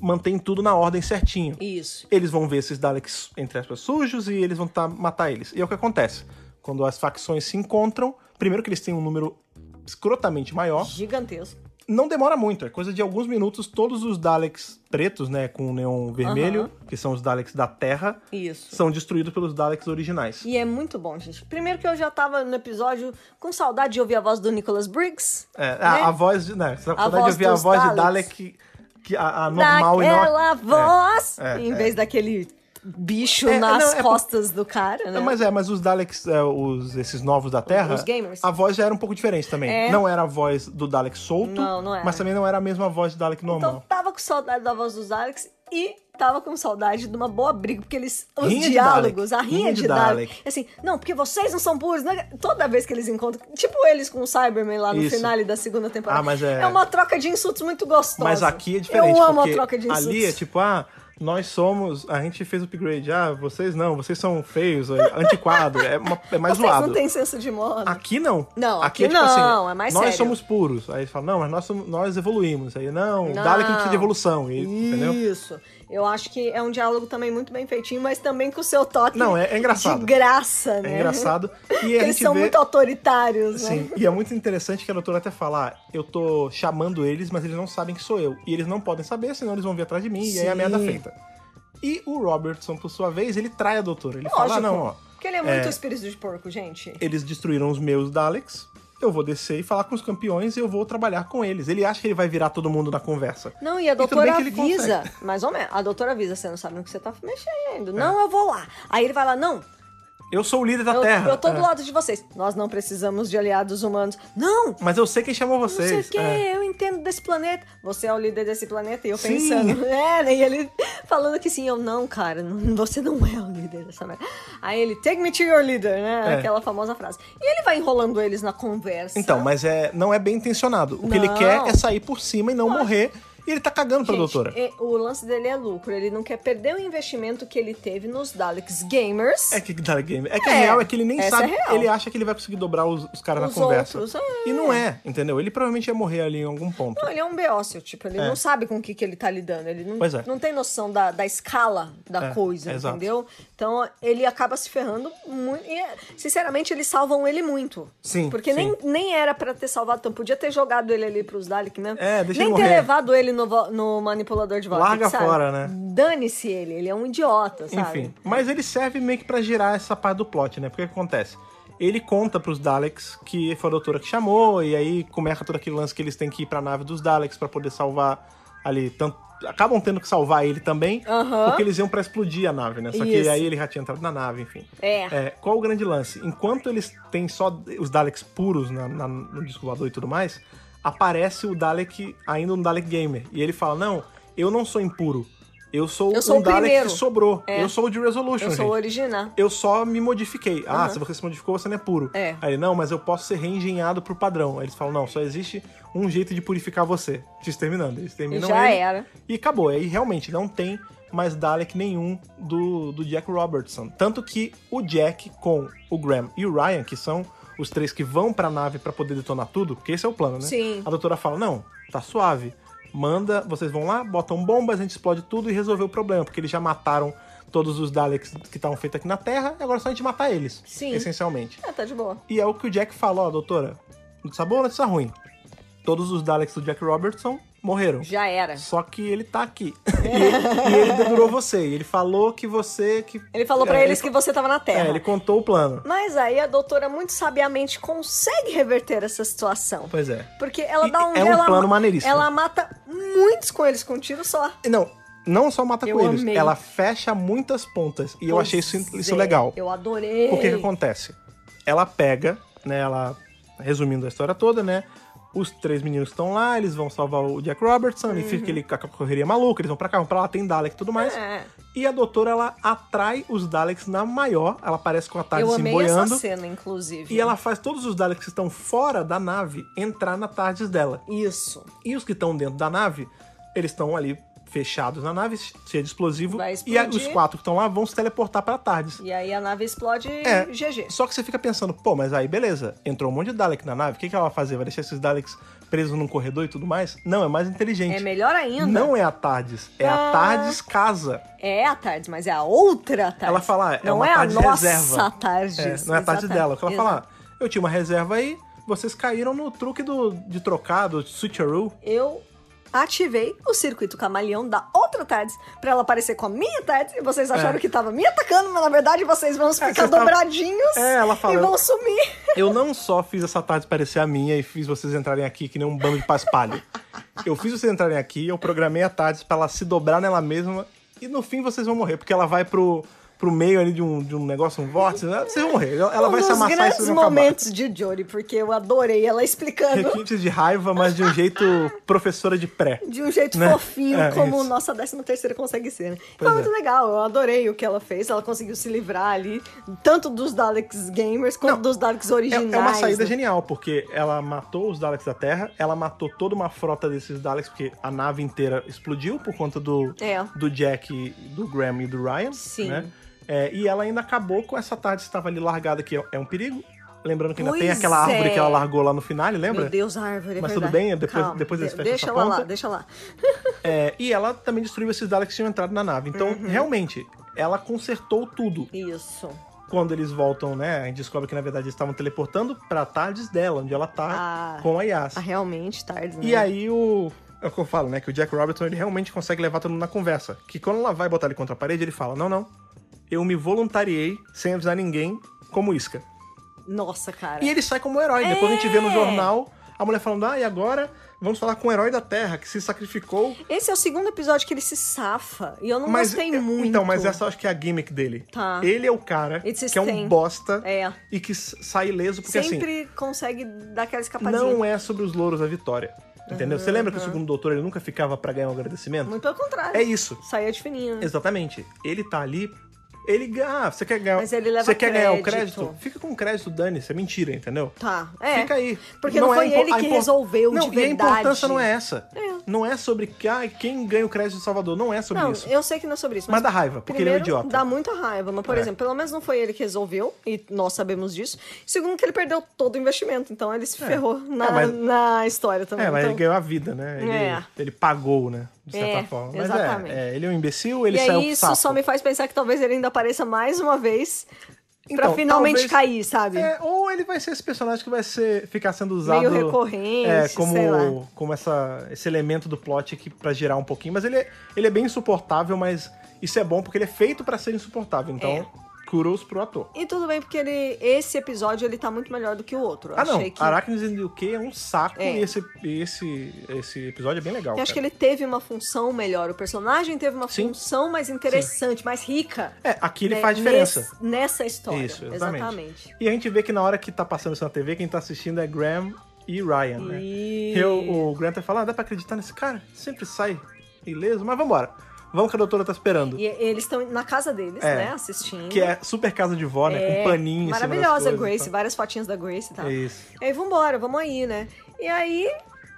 mantêm tudo na ordem certinho.
Isso.
Eles vão ver esses Daleks, entre aspas, sujos e eles vão tá, matar eles. E é o que acontece. Quando as facções se encontram, primeiro que eles têm um número escrotamente maior,
Gigantesco.
não demora muito, é coisa de alguns minutos, todos os Daleks pretos, né, com o neon vermelho, que são os Daleks da Terra,
Isso.
são destruídos pelos Daleks originais.
E é muito bom, gente. Primeiro que eu já tava no episódio com saudade de ouvir a voz do Nicholas Briggs.
É, a,
Né?
a voz de. Né, a
voz
de ouvir a
dos
voz de
Daleks.
Dalek que, que a, a normal e não.
Daquela voz!
É,
em
é.
vez daquele bicho
É,
nas
não, é por-
costas do cara, né?
É, Mas é, mas os Daleks, é, os, esses novos da Terra,
Os gamers.
a voz já era um pouco diferente também.
É.
Não era a voz do Dalek solto,
Não, não era.
mas também não era a mesma voz de Dalek
Então
normal.
tava com saudade da voz dos Alex e tava com saudade de uma boa briga, porque eles. Os
Rinha de
diálogos,
Dalek.
a rinha, de, Dalek. Assim, não, porque vocês não são puros. né? Toda vez que eles encontram. Tipo eles com o Cyberman lá no
Isso.
final da segunda temporada.
Ah, mas é-
uma troca de insultos muito gostosa.
mas aqui é diferente.
Eu amo
porque
a troca de insultos.
Ali é tipo, ah. Nós somos. A gente fez upgrade. Ah, vocês não, vocês são feios, é antiquado. É, uma- é mais
Vocês
zoado. Ah,
não têm senso de moda.
Aqui não.
Não,
aqui, é
aqui
tipo
não,
assim,
é mais
Nós
sério.
somos puros. Aí eles falam, não, mas nós, somos- nós evoluímos. Aí, não, o
Não.
Dalek não precisa de evolução. E, entendeu?
Isso. Eu acho que é um diálogo também muito bem feitinho, mas também com o seu toque
Não, é- é engraçado.
de graça, né?
É engraçado. E
Porque
a
eles
gente
são
vê.
muito autoritários, né?
Sim, e é muito interessante que a doutora até fala: ah, eu tô chamando eles, mas eles não sabem que sou eu. E eles não podem saber, senão eles vão vir atrás de mim e aí a
Sim.
merda é feita. E o Robertson, por sua vez, ele trai a doutora. Ele fala:
Lógico.
ah, não, ó,
Porque ele é muito
É.
espírito de porco, gente.
eles destruíram os meus Daleks. Eu vou descer e falar com os campeões e eu vou trabalhar com eles. Ele acha que ele vai virar todo mundo na conversa.
Não, e a
tudo
doutora
bem que ele
avisa, mais ou menos, a doutora avisa, você não sabe no que você tá
É.
mexendo. Não, eu vou lá. Aí ele vai lá, não,
Eu sou o líder da
eu,
Terra.
eu tô do
É.
lado de vocês. Nós não precisamos de aliados humanos. Não,
Mas eu sei quem chamou
não sei o
vocês.
quê,
É.
eu entendo desse planeta. Você é o líder desse planeta e eu
Sim.
pensando. É, né? E ele falando que sim, eu não, cara, não- você não é o líder dessa merda. Aí ele, take me to your leader, né?
É.
Aquela famosa frase. E ele vai enrolando eles na conversa.
Então, mas é, não é bem intencionado. O que ele
Não.
quer é sair por cima e não morrer. E ele tá cagando pra
Gente,
doutora.
é- o lance dele é lucro. Ele não quer perder o investimento que ele teve nos Daleks Gamers.
É que dá game. É que a
É,
real é que ele nem
essa
sabe.
é real.
ele acha que ele vai conseguir dobrar os, os caras na
Os
conversa.
outros, é.
E não é, entendeu? Ele provavelmente ia morrer ali em algum ponto.
Não, ele é um beócio, tipo, ele
É.
não sabe com o que, que ele tá lidando. Ele não,
Pois é.
não tem noção da, da escala da
É,
coisa,
exato.
entendeu? Então, ele acaba se ferrando muito. E, sinceramente, eles salvam ele muito.
Sim,
Porque
sim.
Nem, nem era pra ter salvado, então podia ter jogado ele ali pros Dalek mesmo.
É, deixa
nem
ele
ter
morrer.
levado ele no, vo- no manipulador de voz.
Larga
sabe?
fora, né?
Dane-se ele, ele é um idiota, sabe?
Enfim. Mas ele serve meio que pra girar essa parte do plot, né? Porque o que acontece? Ele conta pros Daleks que foi a doutora que chamou, e aí começa todo aquele lance que eles têm que ir pra nave dos Daleks pra poder salvar ali. Tanto, acabam tendo que salvar ele também,
Aham.
porque eles iam pra explodir a nave, né? Só que
Isso.
aí ele já tinha entrado na nave, enfim.
É.
É, qual o grande lance? Enquanto eles têm só os Daleks puros na- na- no disco voador e tudo mais, aparece o Dalek, ainda um Dalek Gamer. E ele fala: Não, eu não sou impuro. Eu sou,
Eu sou
um
o
Dalek
primeiro."
que sobrou. Eu sou o de Resolution.
É. Eu sou o
gente.
original.
Eu só me modifiquei. Ah, se você se modificou, você não é puro.
É.
Aí ele, não, mas eu posso ser reengenhado pro padrão. Aí eles falam, não, só existe um jeito de purificar você. Te exterminando. Eles terminam
Já
é ele.
era.
E acabou. Aí realmente não tem mais Dalek nenhum do, do Jack Robertson. Tanto que o Jack com o Graham e o Ryan, que são os três que vão pra nave pra poder detonar tudo, porque esse é o plano, né?
Sim.
A doutora fala, não, tá suave. Manda, vocês vão lá, botam bombas, a gente explode tudo e resolveu o problema, porque eles já mataram todos os Daleks que estavam feitos aqui na Terra, e agora é só a gente matar eles,
Sim.
essencialmente.
Ah, tá de boa.
E é o que o Jack falou, ó, doutora, notícia boa ou notícia ruim? Todos os Daleks do Jack Robertson morreram.
Já era.
Só que ele tá aqui. e, e ele dedurou você. E ele falou que você que.
Ele falou pra
É,
eles que você tava na Terra.
É, ele contou o plano.
Mas aí a doutora muito sabiamente consegue reverter essa situação.
Pois é.
Porque ela
E
dá um.
é um
ela,
plano maneiríssimo.
Ela mata muitos com eles com um tiro só.
E Não, não só mata
Eu
coelhos,
amei.
ela fecha muitas pontas. E eu achei isso,
Pois
isso
é,
legal.
Eu adorei.
Porque que acontece? Ela pega, né? Ela. Resumindo a história toda, né? Os três meninos estão lá, eles vão salvar o Jack Robertson, e fica aquele, aquela correria maluca, eles vão pra cá, vão pra lá, tem Dalek e tudo mais.
Uhum. É.
E a doutora, ela atrai os Daleks na maior. Ela aparece com a tarde
Eu
se
amei
boiando.
essa cena, inclusive.
Tá E ela faz todos os Daleks que estão fora da nave entrar na tardes dela.
Isso.
E os que estão dentro da nave, eles estão ali fechados na nave, cheia de explosivo.
Vai
E a-
explodir.
os quatro que estão lá vão se teleportar pra tardes.
E aí a nave explode
É.
GG.
Só que você fica pensando, pô, mas aí beleza, entrou um monte de Dalek na nave, o que, que ela vai fazer? Vai deixar esses Daleks presos num corredor e tudo mais? Não, é mais inteligente.
É melhor ainda.
Não é a Tardes, é a
Ah.
Tardes casa.
É a tarde, mas é a outra tarde.
Ela fala, é
não
uma
é
tarde
a nossa
reserva.
tarde.
É, não é a tarde
Exatamente.
dela. O que ela
Exato.
fala, ah, eu tinha uma reserva aí, vocês caíram no truque do, de trocado, switcheroo.
Eu ativei o circuito camaleão da outra tarde pra ela aparecer com a minha tarde e vocês acharam
É.
que tava me atacando, mas na verdade vocês vão ficar
vocês tavam-
dobradinhos
É, ela fala,
e vão
eu-
sumir.
Eu não só fiz essa tarde parecer a minha e fiz vocês entrarem aqui que nem um bando de paspalho. Eu fiz vocês entrarem aqui, eu programei a tarde pra ela se dobrar nela mesma e no fim vocês vão morrer, porque ela vai pro, pro meio ali de um, de um negócio, um vórtice, né? vocês vão morrer. Ela ela
um
vai se
dos
amassar e
grandes
vocês vão acabar.
momentos de Jory, porque eu adorei ela explicando
Requintes de raiva, mas de um jeito professora de pré.
de um jeito
Né?
fofinho,
É,
como
isso.
nossa décima terceira consegue ser. Né?
Pois
Foi
é.
muito legal, eu adorei o que ela fez. Ela conseguiu se livrar ali, tanto dos Daleks gamers quanto
Não,
dos Daleks
É, é
originais.
uma saída
né?
genial, porque ela matou os Daleks da Terra, ela matou toda uma frota desses Daleks, porque a nave inteira explodiu por conta do,
É.
do Jack, do Graham e do Ryan.
Sim.
né? É, e ela ainda acabou com essa tarde que estava ali largada, que é, é um perigo. Lembrando que ainda tem
Pois
aquela árvore
é.
que ela largou lá no final, lembra?
Meu Deus, a árvore, é
Mas tudo
verdade.
bem, depois-
Calma,
depois eles
de-
fecham
Deixa
essa
ela lá,
ponta.
deixa lá.
É, e ela também destruiu esses Daleks que tinham entrado na nave. Então,
Uhum.
realmente, ela consertou tudo.
Isso.
Quando eles voltam, né? A gente descobre que na verdade eles estavam teleportando pra tardes dela, onde ela tá
Ah.
com a Yas.
Ah, realmente, tarde, né?
E aí o. É o que eu falo, né? Que o Jack Robertson ele realmente consegue levar todo mundo na conversa. Que quando ela vai botar ele contra a parede, ele fala: Não, não. Eu me voluntariei sem avisar ninguém como isca.
Nossa, cara.
E ele sai como herói. Depois a gente vê no
É.
jornal a mulher falando: Ah, e agora vamos falar com o herói da Terra que se sacrificou.
Esse é o segundo episódio que ele se safa. E eu não
mas
gostei
é,
muito.
Então, mas essa eu acho que é a gimmick dele.
Tá.
Ele é o cara
Ele se
que é um
sustém.
bosta
É.
e que s- sai ileso porque assim.
Sempre consegue dar aquela escapadinha.
Não é sobre os louros da vitória. Entendeu? Você lembra que o segundo doutor ele nunca ficava pra ganhar um agradecimento?
Muito pelo contrário.
É isso.
Saia de fininho. né?
Exatamente. Ele tá ali. Ele ganha. Ah, você quer ganhar.
Mas ele leva
você quer ganhar o
crédito.
crédito? Fica com o crédito, dane isso é mentira, entendeu?
Tá, é.
Fica aí.
Porque não, foi
impo-
ele
a
que
impor-
resolveu
não,
de
e a
verdade.
importância não é essa.
É.
Não é sobre que, ah, quem ganha o crédito de Salvador. Não é sobre
Não,
isso.
eu sei que não é sobre isso.
Mas
Mas,
dá raiva, porque ele é um
primeiro,
idiota.
Dá muita raiva, mas, por
É.
exemplo, pelo menos não foi ele que resolveu, e nós sabemos disso. Segundo, que ele perdeu todo o investimento, então ele se ferrou na,
É, mas-
na história também.
É, mas
então...
ele ganhou a vida, né? Ele,
É.
ele pagou, né? De certa
É,
forma. Mas
exatamente.
É, é, ele é um imbecil, ele
e
saiu
aí, isso
sapo.
só me faz pensar que talvez ele ainda apareça mais uma vez pra
Então,
finalmente
talvez-
cair, sabe?
É, ou ele vai ser esse personagem que vai ser, ficar sendo usado.
Meio recorrente,
é, como,
sei lá.
como essa, esse elemento do plot aqui pra girar um pouquinho. Mas ele é, ele é bem insuportável, mas isso é bom porque ele é feito pra ser insuportável. Então,
É.
kudos pro ator.
E tudo bem, porque ele, esse episódio ele tá muito melhor do que o outro. Eu
Ah, não.
achei que.
Arachnids and the UK é um saco
É.
e esse, e esse, esse episódio é bem legal.
Eu acho que
cara.
ele teve uma função melhor. O personagem teve uma
Sim.
função mais interessante, mais rica.
É, aqui ele
né,
faz diferença.
nes- nessa história.
Isso, exatamente. E a gente vê que na hora que tá passando isso na TV, quem tá assistindo é Graham e Ryan, né?
E-
Eu, o Graham tá falando, ah, dá pra acreditar nesse cara? Sempre sai ileso, mas vambora. Vamos que a doutora tá esperando.
E eles estão na casa deles,
É.
né? Assistindo. É
Que é super casa de vó, né? Com paninho em cima das
Maravilhosa a
coisas,
Grace,
então.
várias fotinhas da Grace e tal.
É isso.
E aí, vambora, vamos aí, né? E aí,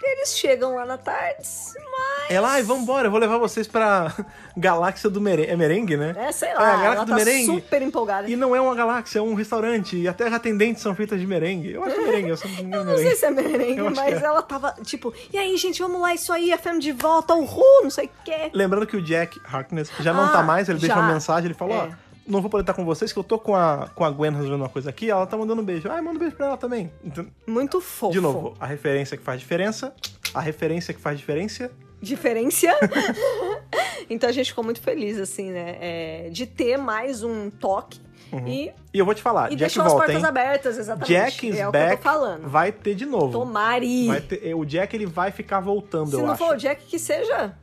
eles chegam lá na tarde, mas.
Ela, ai, vambora, eu vou levar vocês pra Galáxia do Merengue. É merengue, né?
É, sei
É, a
lá,
Galáxia
ela
do
tá
Merengue.
super empolgada.
E não é uma galáxia, é um restaurante. E até as atendentes são feitas de merengue. Eu acho merengue, eu sou de
Eu não sei
merengue.
se é merengue,
Eu acho
mas
que é.
ela tava tipo, e aí, gente, vamos lá, isso aí, a fêmea de volta, o Ru, não sei o quê.
Lembrando que o Jack Harkness já não
Ah,
tá mais, ele deixa
já.
uma mensagem, ele falou, ó,
É.
não vou poder estar com vocês, que eu tô com a, com a Gwen resolvendo uma coisa aqui, ela tá mandando um beijo. Ai, manda um beijo pra ela também. Então,
Muito fofo.
De novo, a referência que faz diferença, a referência que faz diferença.
Diferença. então a gente ficou muito feliz, assim, né? é, de ter mais um toque e,
E eu vou te falar, Uhum.
e
Ah, Jack
deixou as
volta,
portas
hein?
abertas, exatamente.
Jack is
é o que eu
back
tô falando.
vai ter de novo.
Tomari.
Vai ter- é, o Jack ele vai ficar voltando,
Se
eu
não
acho.
for o Jack, que seja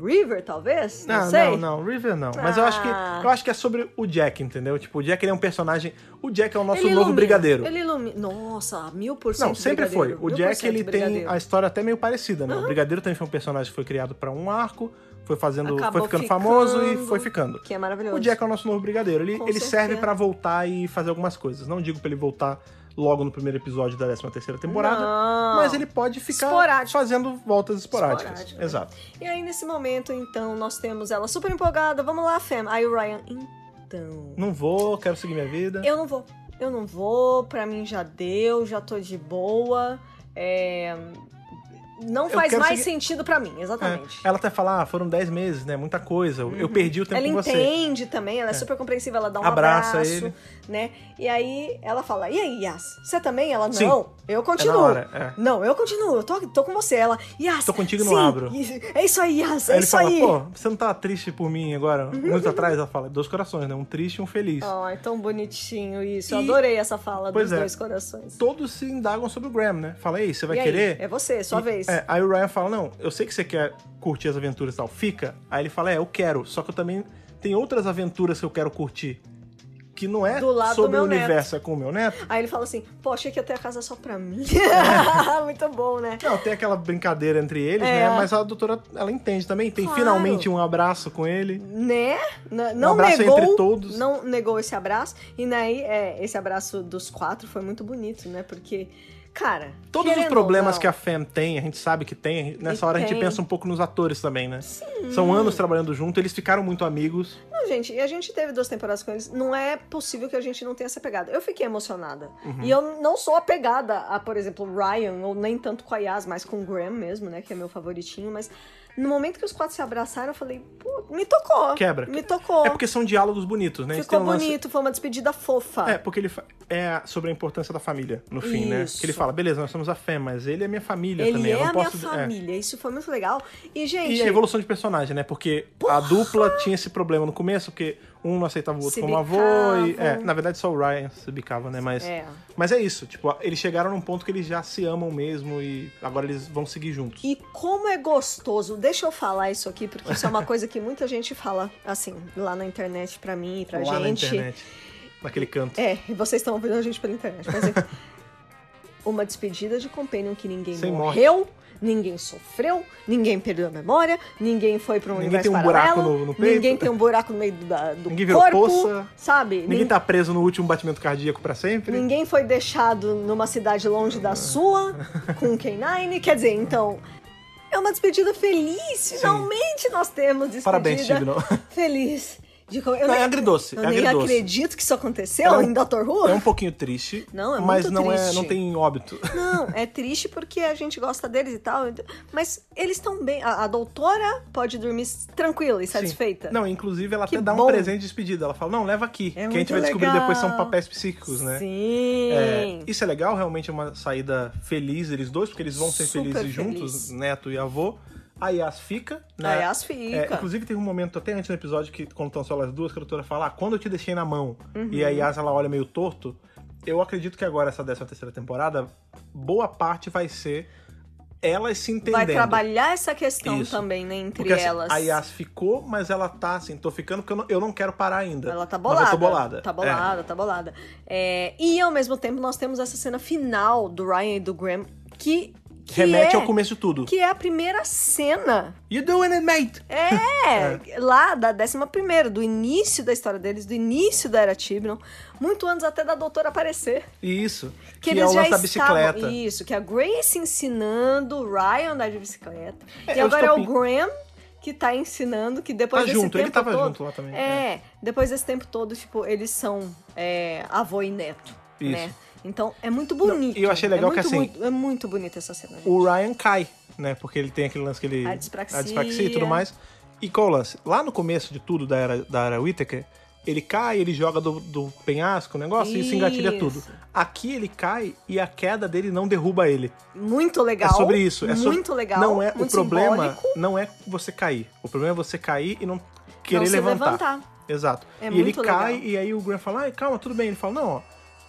River, talvez? Não,
não,
sei.
Ah, não, não, River não. Mas eu acho que
Ah.
eu acho que é sobre o Jack, entendeu? Tipo, o Jack ele é um personagem. O Jack é o nosso
Ele
novo
ilumina,
brigadeiro.
Ele ilumina. Nossa, mil por cento.
Não, sempre foi.
brigadeiro,
O
mil por
Jack
cento
ele tem
brigadeiro.
a história até meio parecida, né? O Brigadeiro também foi um personagem que foi criado pra um arco. foi fazendo, foi
Acabou
ficando
ficando.
famoso e foi ficando.
Que é maravilhoso.
O Jack é o nosso novo brigadeiro. Ele,
Com
ele serve
certeza.
pra voltar e fazer algumas coisas. Não digo pra ele voltar logo no primeiro episódio da 13 terceira temporada,
Não.
um mas ele pode ficar
Esporádico.
fazendo voltas esporádicas.
Esporádico, né?
Exato.
E aí, nesse momento, então, nós temos ela super empolgada. Vamos lá, fam. Aí o Ryan, então.
Não vou, quero seguir minha vida.
Eu não vou. Eu não vou, pra mim já deu, já tô de boa. É, Não
Eu
faz
quero
mais
seguir-
sentido pra mim,
É.
exatamente. Uhum.
Ela até fala, ah, foram 10 meses, né? Muita coisa. Eu- Eu perdi o tempo
Ela
com você.
entende também, ela é, super compreensiva, ela dá um
Abraça
abraço,
ele.
né? E aí ela fala: "E aí, Yas? Você também?" Ela: "Não,
Sim.
eu
É na
continuo."
hora, é.
Não, eu continuo, eu tô, tô com você. Ela: "Yas,
Tô contigo e não
sim,
abro."
É isso aí, Yas, é
Aí ele
isso
fala,
aí. Uhum.
pô, você não tá triste por mim agora? Muito atrás, ela fala, dois corações, né? Um triste e um feliz.
Ai, tão bonitinho isso. Eu
E-
adorei essa fala
Pois
dos
é.
dois corações.
Todos se indagam sobre o Graham, né? Fala, ei, você vai
E aí?
querer?
É você, sua
E-
vez.
é, aí o Ryan fala, não, eu sei que você quer curtir as aventuras e tal, fica. Aí ele fala, é, eu quero, só que eu também tenho outras aventuras que eu quero curtir. Que não é
Do lado do
sobre o
meu neto.
universo, é com o meu neto.
Aí ele fala assim, pô, achei que ia ter a casa só pra mim.
É.
Muito bom, né?
Não, tem aquela brincadeira entre eles,
É.
né? Mas a doutora, ela entende também. Tem
Claro.
finalmente um abraço com ele.
Né? N- Não
Um abraço
negou,
entre todos.
Não negou esse abraço. E daí, é, esse abraço dos quatro foi muito bonito, né? Porque, cara...
Todos os
querendo ou
problemas
não,
que a Fem tem, a gente sabe que tem. Nessa
E
hora a gente
tem.
pensa um pouco nos atores também, né? São anos trabalhando junto, eles ficaram muito amigos.
Não, gente, e a gente teve duas temporadas com eles. Não é possível que a gente não tenha essa pegada. Eu fiquei emocionada.
Uhum.
E eu não sou apegada a, por exemplo, Ryan, ou nem tanto com a Yas, mas com o Graham mesmo, né? Que é meu favoritinho. Mas no momento que os quatro se abraçaram, eu falei, pô, me tocou.
Quebra.
Me tocou.
É porque são diálogos bonitos, né? Eles
Ficou
têm um lance-
bonito, foi uma despedida fofa.
É, porque ele fa- é sobre a importância da família, no fim, né?
Isso.
Que ele fala, beleza, nós somos a fé, mas ele é minha família
Ele
também.
é
eu não
a
posso.
minha
é.
família, isso foi muito legal. E, gente,
E a evolução de personagem, né? Porque a dupla tinha esse problema no começo, porque um não aceitava o outro
Se
como avô. E, é,
bicavam.
na verdade, só o Ryan se bicava, né? Mas
É.
mas é isso. Tipo, eles chegaram num ponto que eles já se amam mesmo e agora eles vão seguir juntos.
e como é gostoso, deixa eu falar isso aqui, porque isso é uma coisa que muita gente fala, assim, lá na internet pra mim e pra
lá na
gente.
internet. Naquele canto.
É, e vocês estão ouvindo a gente pela internet. Mas enfim. uma despedida de Companion que ninguém
Sem morte.
morreu, ninguém sofreu, ninguém perdeu a memória, ninguém foi pra um
Ninguém
universo
tem um buraco
paralelo,
no- no peito.
ninguém tem um buraco no meio do, da- do
Ninguém virou
corpo,
poça.
sabe?
Ninguém tá preso no último batimento cardíaco pra sempre.
Ninguém foi deixado numa cidade longe
Ah.
da sua, com o K9. Quer dizer, então, é uma despedida feliz. Finalmente nós temos despedida
Parabéns, Chibnall.
feliz. De co- eu
Não,
nem,
é agridoce.
eu
é
nem
agridoce.
acredito que isso aconteceu
É um-
em Doctor Who.
É um pouquinho triste.
Não, é muito
mas não é,
triste.
não tem óbito.
Não, é triste porque a gente gosta deles e tal. Mas eles estão bem. A, a doutora pode dormir tranquila e satisfeita.
Sim. Não, inclusive ela
Tá Que
até dá um
bom.
presente de despedida. Ela fala: "Não, leva aqui".
É
que a gente
muito
vai descobrir
legal.
depois são papéis psíquicos, né?
Sim.
É, isso é legal, realmente é uma saída feliz eles dois, porque eles vão ser
Super
felizes
feliz.
juntos, neto e avô. A Yas fica, né?
A Yas fica.
É, inclusive, teve um momento até antes do episódio que, quando estão só elas duas, que a doutora fala, ah, quando eu te deixei na mão, e
Uhum.
a Yas ela olha meio torto. Eu acredito que agora, essa 13 terceira temporada, boa parte vai ser elas se entendendo.
Vai trabalhar essa questão
Isso.
também, né? Entre
Porque assim,
elas.
a Yas ficou, mas ela tá assim, tô ficando porque eu não, eu não quero parar ainda.
Ela tá
Mas
bolada.
eu tô bolada.
Tá
É.
bolada, tá bolada. É, e ao mesmo tempo nós temos essa cena final do Ryan e do Graham que, que
Remete
é,
ao começo de tudo.
Que é a primeira cena.
You doing it, mate?
É, lá da décima primeira, do início da história deles, do início da Era Tibnon, muito antes até da doutora aparecer.
Isso.
Que,
Que,
eles
é o
já
lance da
estavam-
bicicleta. Tá
Isso, que é a Grace ensinando o Ryan a andar de bicicleta.
É,
e
é o
agora é o
estopim.
Graham que tá ensinando, que depois
Tá
desse
junto,
tempo
ele tava
todo...
junto lá também,
É, depois desse tempo todo, tipo, eles são é, avô e neto,
Isso.
né? Então, é muito bonito.
e eu achei
É
legal que,
muito
assim,
bu- é muito bonita essa cena. gente.
O Ryan cai, né? Porque ele tem aquele lance que ele.
A dispraxia.
a dispraxia e tudo mais. E qual o lance? Lá no começo de tudo da era, da era Whittaker, ele cai, ele joga do, do penhasco o negócio e isso engatilha
Isso.
tudo. Aqui ele cai e a queda dele não derruba ele.
Muito legal.
É sobre isso. É sobre-
muito legal.
Não é o
muito
problema.
simbólico.
não é você cair. O problema é você cair e não querer
se
levantar.
levantar.
Exato.
É
e
muito
ele cai
legal.
e aí o Graham fala: "Ai, calma, tudo bem". Ele fala: "Não, ó,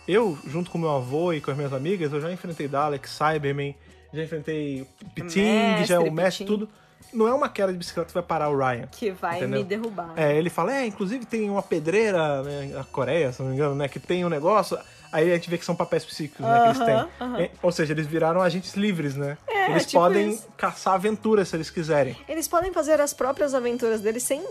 eu junto com meu avô e com as minhas amigas, eu já enfrentei Dalek, Cyberman, já enfrentei Piting, já
Mestre,
o mestre
Piting.
tudo. Não é uma queda de bicicleta que vai parar o Ryan.
Que vai
Entendeu?
me derrubar.
É, ele fala, é, inclusive tem uma pedreira né, na Coreia, se não me engano, né? Que tem um negócio. Aí a gente vê que são papéis psíquicos, né, que eles têm.
Aham, aham.
É, Ou seja, eles viraram agentes livres, né?
É,
eles
tipo
podem
isso.
caçar aventuras se eles quiserem.
Eles podem fazer as próprias aventuras deles sem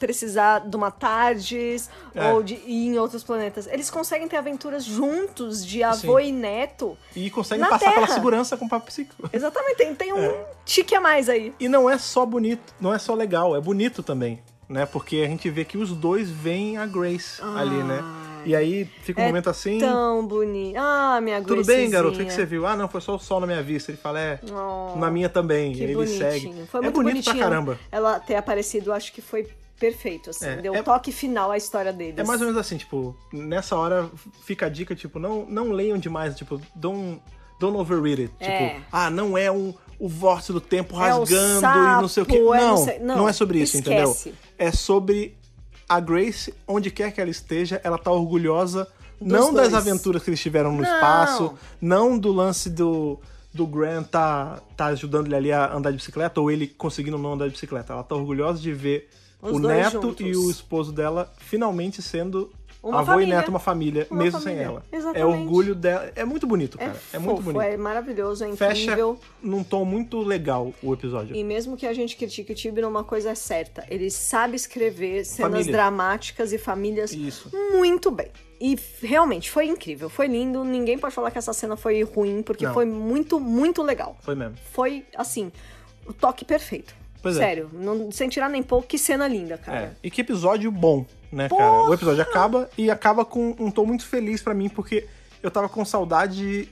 precisar de uma TARDIS
É.
ou de ir em outros planetas. Eles conseguem ter aventuras juntos de avô
Sim.
e neto.
E conseguem
Na
passar pela
Terra.
segurança com papo psíquico.
Exatamente, tem, tem um
É.
tique a mais aí.
E não é só bonito, não é só legal, é bonito também, né? Porque a gente vê que os dois veem a Grace ali, né? E aí fica um
É
momento assim.
Tão bonito. Ah, minha
Tudo bem,
Gracezinha.
garoto? O que que você viu? Ah, não, foi só o sol na minha vista. Ele fala, é,
Oh,
na minha também.
que
E ele
bonitinho.
segue.
Foi
é
muito
bonito
bonitinho
pra caramba.
Ela ter aparecido, acho que foi perfeito, assim.
É,
Deu
é-
um toque final à história deles.
É mais ou menos assim, tipo, nessa hora fica a dica, tipo, não, não leiam demais, tipo, don't, don't overread it. Tipo,
É.
ah, não é um, o vórtice do tempo
É o
rasgando e não sei o
sapo,
que. Não,
é não
não,
sei- não,
é sobre isso,
esquece.
entendeu? É sobre a Grace, onde quer que ela esteja, ela tá orgulhosa, não das
dois.
aventuras que eles tiveram no
Não.
espaço, não do lance do. Do Grant tá, tá ajudando ele ali a andar de bicicleta, ou ele conseguindo não andar de bicicleta. Ela tá orgulhosa de ver
Os
o
dois
neto
juntos.
e o esposo dela finalmente sendo
Uma
avô
família.
e neto, uma família,
Uma
mesmo
família.
sem ela.
Exatamente.
É orgulho dela. É muito bonito,
É,
cara. É,
fofo,
muito bonito.
é maravilhoso, é
Fecha
incrível.
num tom muito legal o episódio.
E mesmo que a gente critique o Tibno, uma coisa é certa. Ele sabe escrever cenas
Família.
dramáticas e famílias
Isso.
muito bem. E f- realmente foi incrível, foi lindo. Ninguém pode falar que essa cena foi ruim, porque
Não.
foi muito, muito legal.
Foi mesmo.
Foi, assim, o toque perfeito.
Pois é.
Sério, não- sem tirar nem pouco, que cena linda,
É.
cara.
E que episódio bom, né,
Porra!
cara? O episódio acaba e acaba com um tom muito feliz pra mim, porque eu tava com saudade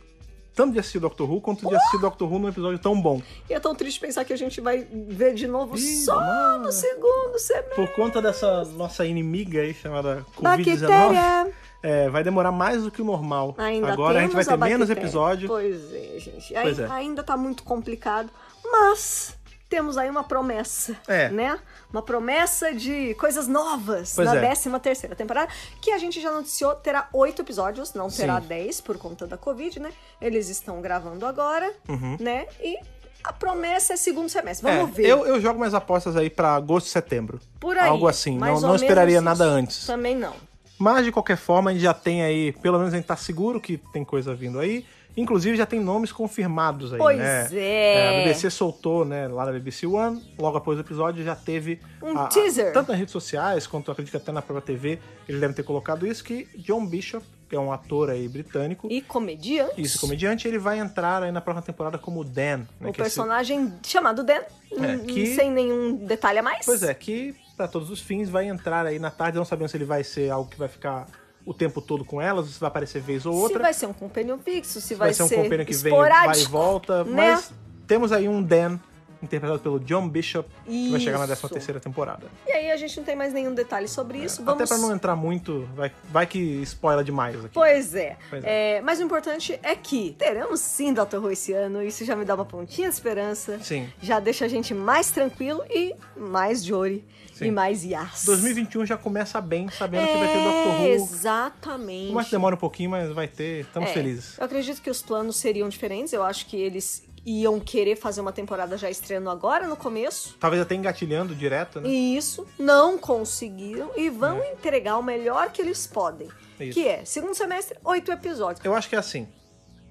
tanto de assistir Doctor Who quanto de assistir Doctor Who num episódio tão bom.
E é tão triste pensar que a gente vai ver de novo
Ih,
só
mano.
no segundo semestre.
Por conta dessa nossa inimiga aí chamada Covid-19.
Bactéria!
É, vai demorar mais do que o normal.
Ainda
Agora a gente
temos
vai ter menos
bactéria.
episódio.
Pois é, gente.
Pois
Ai-
é.
Ainda tá muito complicado, mas temos aí uma promessa,
É.
né? Uma promessa de coisas novas
Pois
na
é.
13 terceira temporada, que a gente já noticiou terá oito episódios, não terá
Sim.
dez por conta da Covid, né? Eles estão gravando agora, né? E a promessa é segundo semestre. Vamos
Uhum. É,
ver.
Eu, eu jogo minhas apostas aí pra agosto e setembro.
Por aí.
Algo assim.
mais
não
ou
não esperaria
menos
nada
isso.
antes.
Também não.
Mas, de qualquer forma, a gente já tem aí, pelo menos a gente tá seguro que tem coisa vindo aí. Inclusive, já tem nomes confirmados aí,
Pois
né?
é.
A BBC soltou, né, lá na BBC One, logo após o episódio, já teve...
Um
a- a-
teaser.
tanto nas redes sociais, quanto eu acredito que até na própria TV, eles devem ter colocado isso, que John Bishop, que é um ator aí britânico,
E comediante.
isso, comediante, ele vai entrar aí na próxima temporada como Dan. Né,
O
que é esse- É,
personagem chamado Dan, hum,
que-
sem nenhum detalhe a mais.
Pois é, que pra todos os fins vai entrar aí na tarde, não sabemos se ele vai ser algo que vai ficar o tempo todo com elas, ou se vai aparecer vez ou outra.
Se vai ser um companion fixo, se vai,
vai ser um companheiro que vem, vai e
esporádico.
volta.
né?
Mas temos aí um Dan, interpretado pelo John Bishop, que vai chegar na
Isso.
13 terceira temporada.
E aí a gente não tem mais nenhum detalhe sobre isso. Vamos...
É, Até pra não entrar muito, vai, vai que spoiler demais aqui.
Pois é.
Pois
É, Mas o importante é que teremos sim Dr. Who esse ano. Isso já me dá uma pontinha de esperança.
Sim.
Já deixa a gente mais tranquilo e mais Jory.
Sim.
E mais Yas.
2021 já começa bem, sabendo né, que vai ter Doctor
É,
Who.
exatamente.
Mas demora um pouquinho, mas vai ter. Estamos
É,
felizes.
Eu acredito que os planos seriam diferentes. Eu acho que eles iam querer fazer uma temporada já estreando agora no começo.
Talvez até engatilhando direto, né?
E isso não conseguiram e vão entregar o melhor que eles podem.
Isso.
Que é, segundo semestre, oito episódios.
Eu acho que é assim.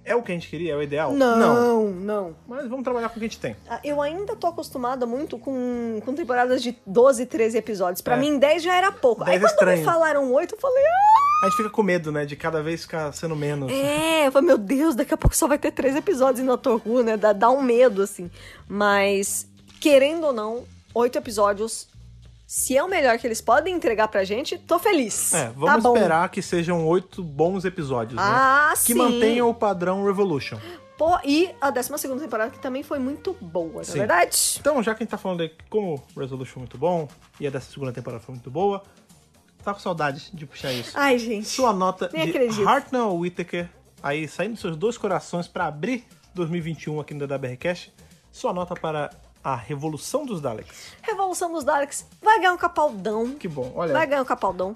É o que a gente queria? É o ideal?
Não, não.
Mas vamos trabalhar com o que a gente tem.
Ah, Eu ainda tô acostumada muito com, com temporadas de 12, 13 episódios. Pra
É.
mim, 10 já era pouco. Aí
10 é
quando me
estranho.
falaram 8, eu falei, ah,
A gente fica com medo, né? De cada vez ficar sendo menos.
é. Eu falei, meu Deus, daqui a pouco só vai ter 3 episódios em Doctor Who, né? Dá, dá um medo, assim. Mas, querendo ou não, 8 episódios, se é o melhor que eles podem entregar pra gente, tô feliz.
É,
tá
vamos
bom.
esperar que sejam oito bons episódios,
Ah,
né?
sim.
Que mantenham o padrão Revolution.
Pô, e a 12 temporada, que também foi muito boa, na
Sim.
verdade?
Então, já que a gente tá falando aí como Resolution foi muito bom, e a dessa segunda temporada foi muito boa, tá com saudade de puxar isso.
Ai, gente.
Sua nota
nem
de
acredito.
Hartnell Whittaker, aí um saindo dos seus dois corações pra abrir 2021 aqui no DWRcast, sua nota para A Revolução dos Daleks.
Revolução dos Daleks vai ganhar um capaldão.
Que bom, olha.
Vai ganhar um capaldão.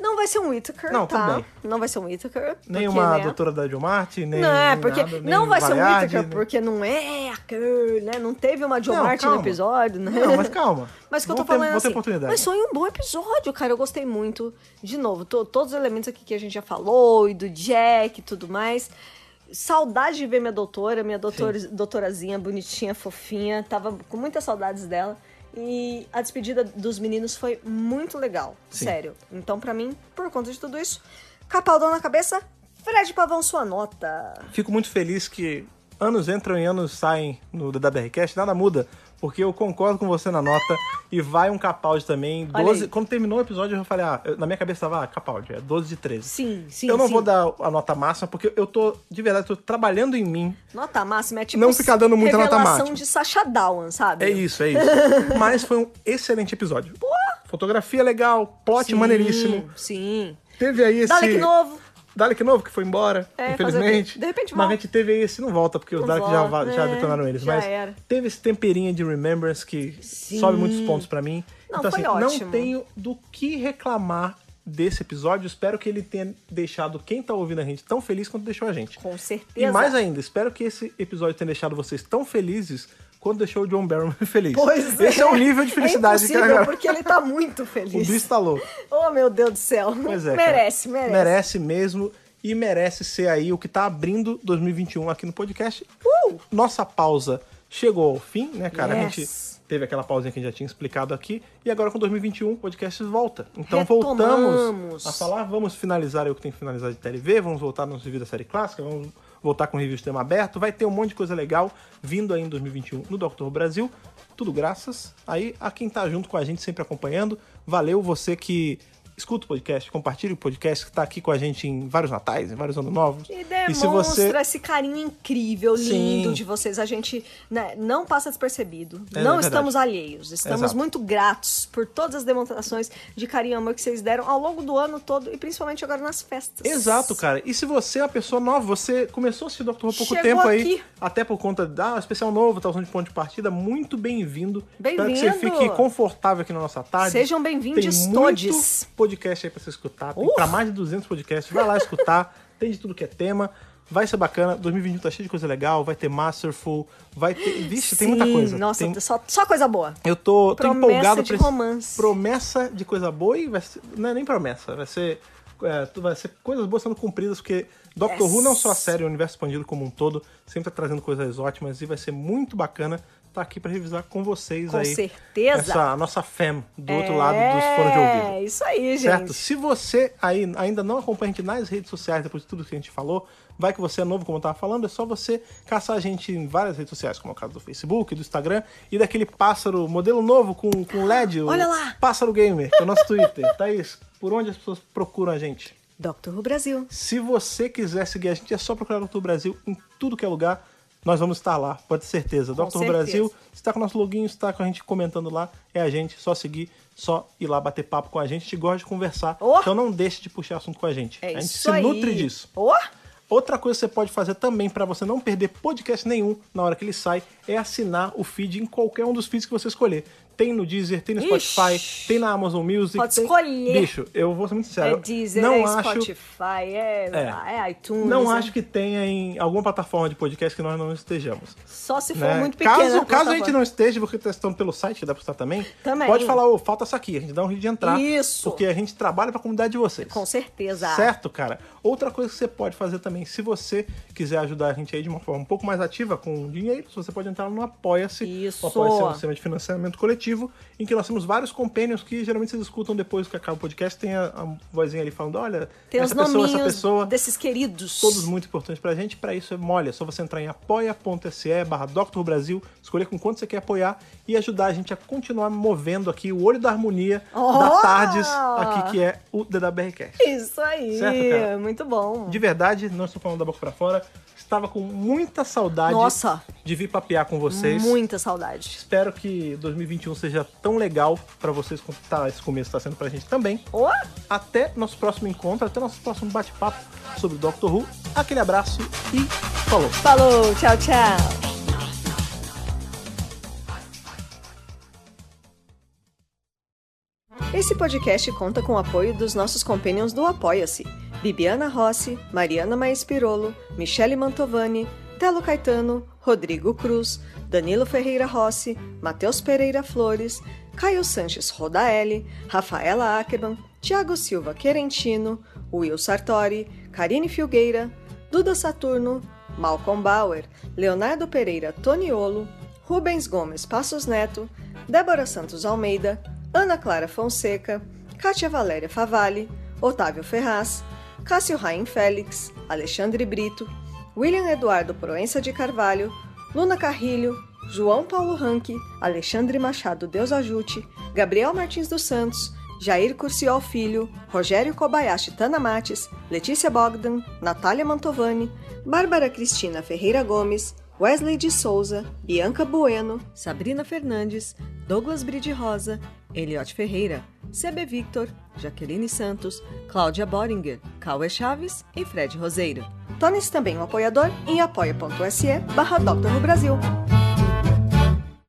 Não vai ser um Whittaker,
Não,
tá?
tudo
Não vai ser um Whittaker.
nem
porque,
uma
né?
doutora da Marte, nem.
Não, é,
nem
porque
nada, nem
não vai ser um
Valiard,
Whittaker,
né?
porque não é aquele, né? Não teve uma John
Não,
Martin
calma.
no episódio, né?
Não, mas calma.
Mas o que eu
Vão
tô
ter-
falando é
vão ter
assim,
oportunidade.
mas foi um bom episódio, cara. Eu gostei muito. De novo, to- todos os elementos aqui que a gente já falou, e do Jack e tudo mais. Saudade de ver minha doutora, minha doutor, doutorazinha bonitinha, fofinha. Tava com muitas saudades dela. E a despedida dos meninos foi muito legal,
Sim.
sério. Então, pra mim, por conta de tudo isso, capaldão na cabeça, Fred Pavão, sua nota.
Fico muito feliz que anos entram e anos saem no DWRcast, nada muda, porque eu concordo com você na nota e vai um Capaldi também.
Olha
12,
aí.
quando terminou o episódio, eu falei, ah, eu- na minha cabeça tava, ah, Capaldi, é 12 de 13.
Sim, sim,
eu não
sim.
vou dar a nota máxima, porque eu tô, de verdade, tô trabalhando em mim.
Nota máxima é tipo
Não ficar dando muita nota
revelação
máxima.
de Sacha Dawan, sabe?
É isso, é isso. Mas foi um excelente episódio. Fotografia legal, plot
Sim,
maneiríssimo.
Sim.
Teve aí esse.
Dalek novo.
Dalek novo que foi embora,
É, fazer o
infelizmente.
quê? De repente
Mas a
volta.
gente teve esse, não volta, porque os
Não
Dalek já,
volta,
va- já
é,
detonaram eles.
já
mas
era.
teve esse temperinho de Remembrance que
Sim.
sobe muitos pontos pra mim.
Não,
então,
foi
assim, não
ótimo.
tenho do que reclamar desse episódio. Espero que ele tenha deixado quem tá ouvindo a gente tão feliz quanto deixou a gente.
Com
E
certeza.
mais ainda, espero que esse episódio tenha deixado vocês tão felizes quanto deixou o John Barrowman feliz.
Pois
esse é. o nível de felicidade
é
que a
impossível,
galera-
porque ele tá muito
O bicho tá
feliz.
instalou.
Oh, meu Deus do céu.
Pois é, cara.
merece, merece.
Merece mesmo e merece ser aí o que tá abrindo 2021 aqui no podcast.
Uh!
Nossa pausa chegou ao fim, né, cara? A
Yes.
gente teve aquela pausinha que a gente já tinha explicado aqui e agora com 2021 o podcast volta. Então voltamos
Retomamos.
a falar, vamos finalizar aí o que tem que finalizar de TLV, vamos voltar no review da série clássica, vamos voltar com review de tema aberto, vai ter um monte de coisa legal vindo aí em 2021 no Doctor Who Brasil. Tudo graças aí a quem tá junto com a gente, sempre acompanhando. Valeu você que escuta o podcast, compartilha o podcast, que tá aqui com a gente em vários natais, em vários anos novos.
E demonstra
se você
esse carinho incrível, lindo
Sim.
de vocês. A gente né, não passa despercebido.
É,
não
é verdade.
estamos alheios. Estamos
Exato.
muito gratos por todas as demonstrações de carinho e amor que vocês deram ao longo do ano todo e principalmente agora nas festas.
Exato, cara. E se você é uma pessoa nova, você começou a se Doctor Who há pouco
Chegou
tempo aí,
aqui.
até por conta da especial novo, tá usando de ponto de partida, muito bem-vindo. Espero
Bem-vindo.
que você fique confortável aqui na nossa tarde.
Sejam
Tem
bem-vindos
muito
todos.
podcast aí pra você escutar. Tem
Ufa.
pra mais de 200 podcasts. Vai lá escutar. tem de tudo que é tema. Vai ser bacana. 2021 tá cheio de coisa legal. Vai ter Masterful. Vai ter... Vixe, tem muita
Sim,
coisa.
Nossa, tá
Tem-
só, só coisa boa.
eu tô, tô
Promessa
empolgado
de
esse-
romance.
Promessa de coisa boa e vai ser, não é nem promessa, vai ser é, tu- vai ser coisas boas sendo cumpridas porque Doctor
Yes.
Who não só a série, o universo expandido como um todo, sempre tá trazendo coisas ótimas e vai ser muito bacana estar aqui pra revisar com vocês
Com
aí.
certeza.
Essa a nossa fam do outro
É,
lado dos fones de ouvido.
É, isso aí, gente.
Certo? Se você aí ainda não acompanha a gente nas redes sociais, depois de tudo que a gente falou, vai que você é novo, como eu tava falando, é só você caçar a gente em várias redes sociais, como é o caso do Facebook, do Instagram e daquele pássaro, modelo novo com, com LED, o
Olha lá!
Pássaro Gamer, que é o nosso Twitter. Thaís, por onde as pessoas procuram a gente?
Doctor Who Brasil.
Se você quiser seguir a gente, é só procurar Dr. Brasil em tudo que é lugar. Nós vamos estar lá, pode ter certeza.
Com
Dr.
certeza.
Brasil está com o nosso login, está com a gente comentando lá. É a gente, só seguir, só ir lá bater papo com a gente. A gente gosta de conversar.
Oh!
Então não deixe de puxar assunto com a gente.
É
a gente
isso
se
aí.
nutre disso.
Ó,
Outra coisa que você pode fazer também para você não perder podcast nenhum na hora que ele sai é assinar o feed em qualquer um dos feeds que você escolher. Tem no Deezer, tem no
Ixi.
Spotify, tem na Amazon Music.
Pode
tem-
escolher.
Bicho, eu vou ser muito sincero.
é
eu
Deezer,
não
é
acho...
Spotify, é,
É.
é. iTunes.
Não
é-
acho que tenha em alguma plataforma de podcast que nós não estejamos.
Só se for
né?
muito pequena.
caso
por
caso a
favor.
gente não esteja, porque testando pelo site, que dá pra estar também,
Também.
pode falar, ô, falta essa aqui, a gente dá um jeito de entrar.
Isso.
Porque a gente trabalha pra comunidade de vocês.
Com certeza.
Certo, cara? Outra coisa que você pode fazer também, se você quiser ajudar a gente aí de uma forma um pouco mais ativa com dinheiro, você pode entrar no Apoia-se.
Isso.
O Apoia-se é um sistema de financiamento coletivo, em que nós temos vários companions que geralmente vocês escutam depois que acaba o podcast, tem a, a vozinha ali falando, olha,
Tem os
essa pessoa,
nominhos
essa pessoa
desses queridos.
todos muito importantes pra gente. Pra isso é mole, é só você entrar em apoia.se barra Dr. Brasil, escolher com quanto você quer apoiar e ajudar a gente a continuar movendo aqui o olho da harmonia
Oh!
da Tardes, aqui que é o DWRcast.
Isso aí.
Certo, cara?
Muito bom.
De verdade, não estou falando da boca pra fora, estava com muita saudade
Nossa.
de vir papear com vocês.
Muita saudade.
Espero que 2021 seja tão legal pra vocês quanto tá, esse começo tá sendo pra gente também.
Ó,
Até nosso próximo encontro, até nosso próximo bate-papo sobre Doctor Who. Aquele abraço e falou!
falou. Tchau, tchau. Esse podcast conta com o apoio dos nossos companions do Apoia-se: Bibiana Rossi, Mariana Maes Pirolo, Michele Mantovani, Telo Caetano, Rodrigo Cruz, Danilo Ferreira Rossi, Matheus Pereira Flores, Caio Sanches Rodaelli, Rafaela Ackerman, Tiago Silva Querentino, Will Sartori, Karine Filgueira, Duda Saturno, Malcolm Bauer, Leonardo Pereira Toniolo, Rubens Gomes Passos Neto, Débora Santos Almeida, Ana Clara Fonseca, Kátia Valéria Favalli, Otávio Ferraz, Cássio Raim Félix, Alexandre Brito, William Eduardo Proença de Carvalho, Luna Carrilho, João Paulo Ranque, Alexandre Machado Deus Ajute, Gabriel Martins dos Santos, Jair Curciol Filho, Rogério Kobayashi Tanamates, Letícia Bogdan, Natália Mantovani, Bárbara Cristina Ferreira Gomes, Wesley de Souza, Bianca Bueno, Sabrina Fernandes, Douglas Bride Rosa, Eliote Ferreira, CB Victor, Jaqueline Santos, Cláudia Boringer, Cauê Chaves e Fred Roseiro. Torne-se também um apoiador em apoia.se barra Dr. No Brasil.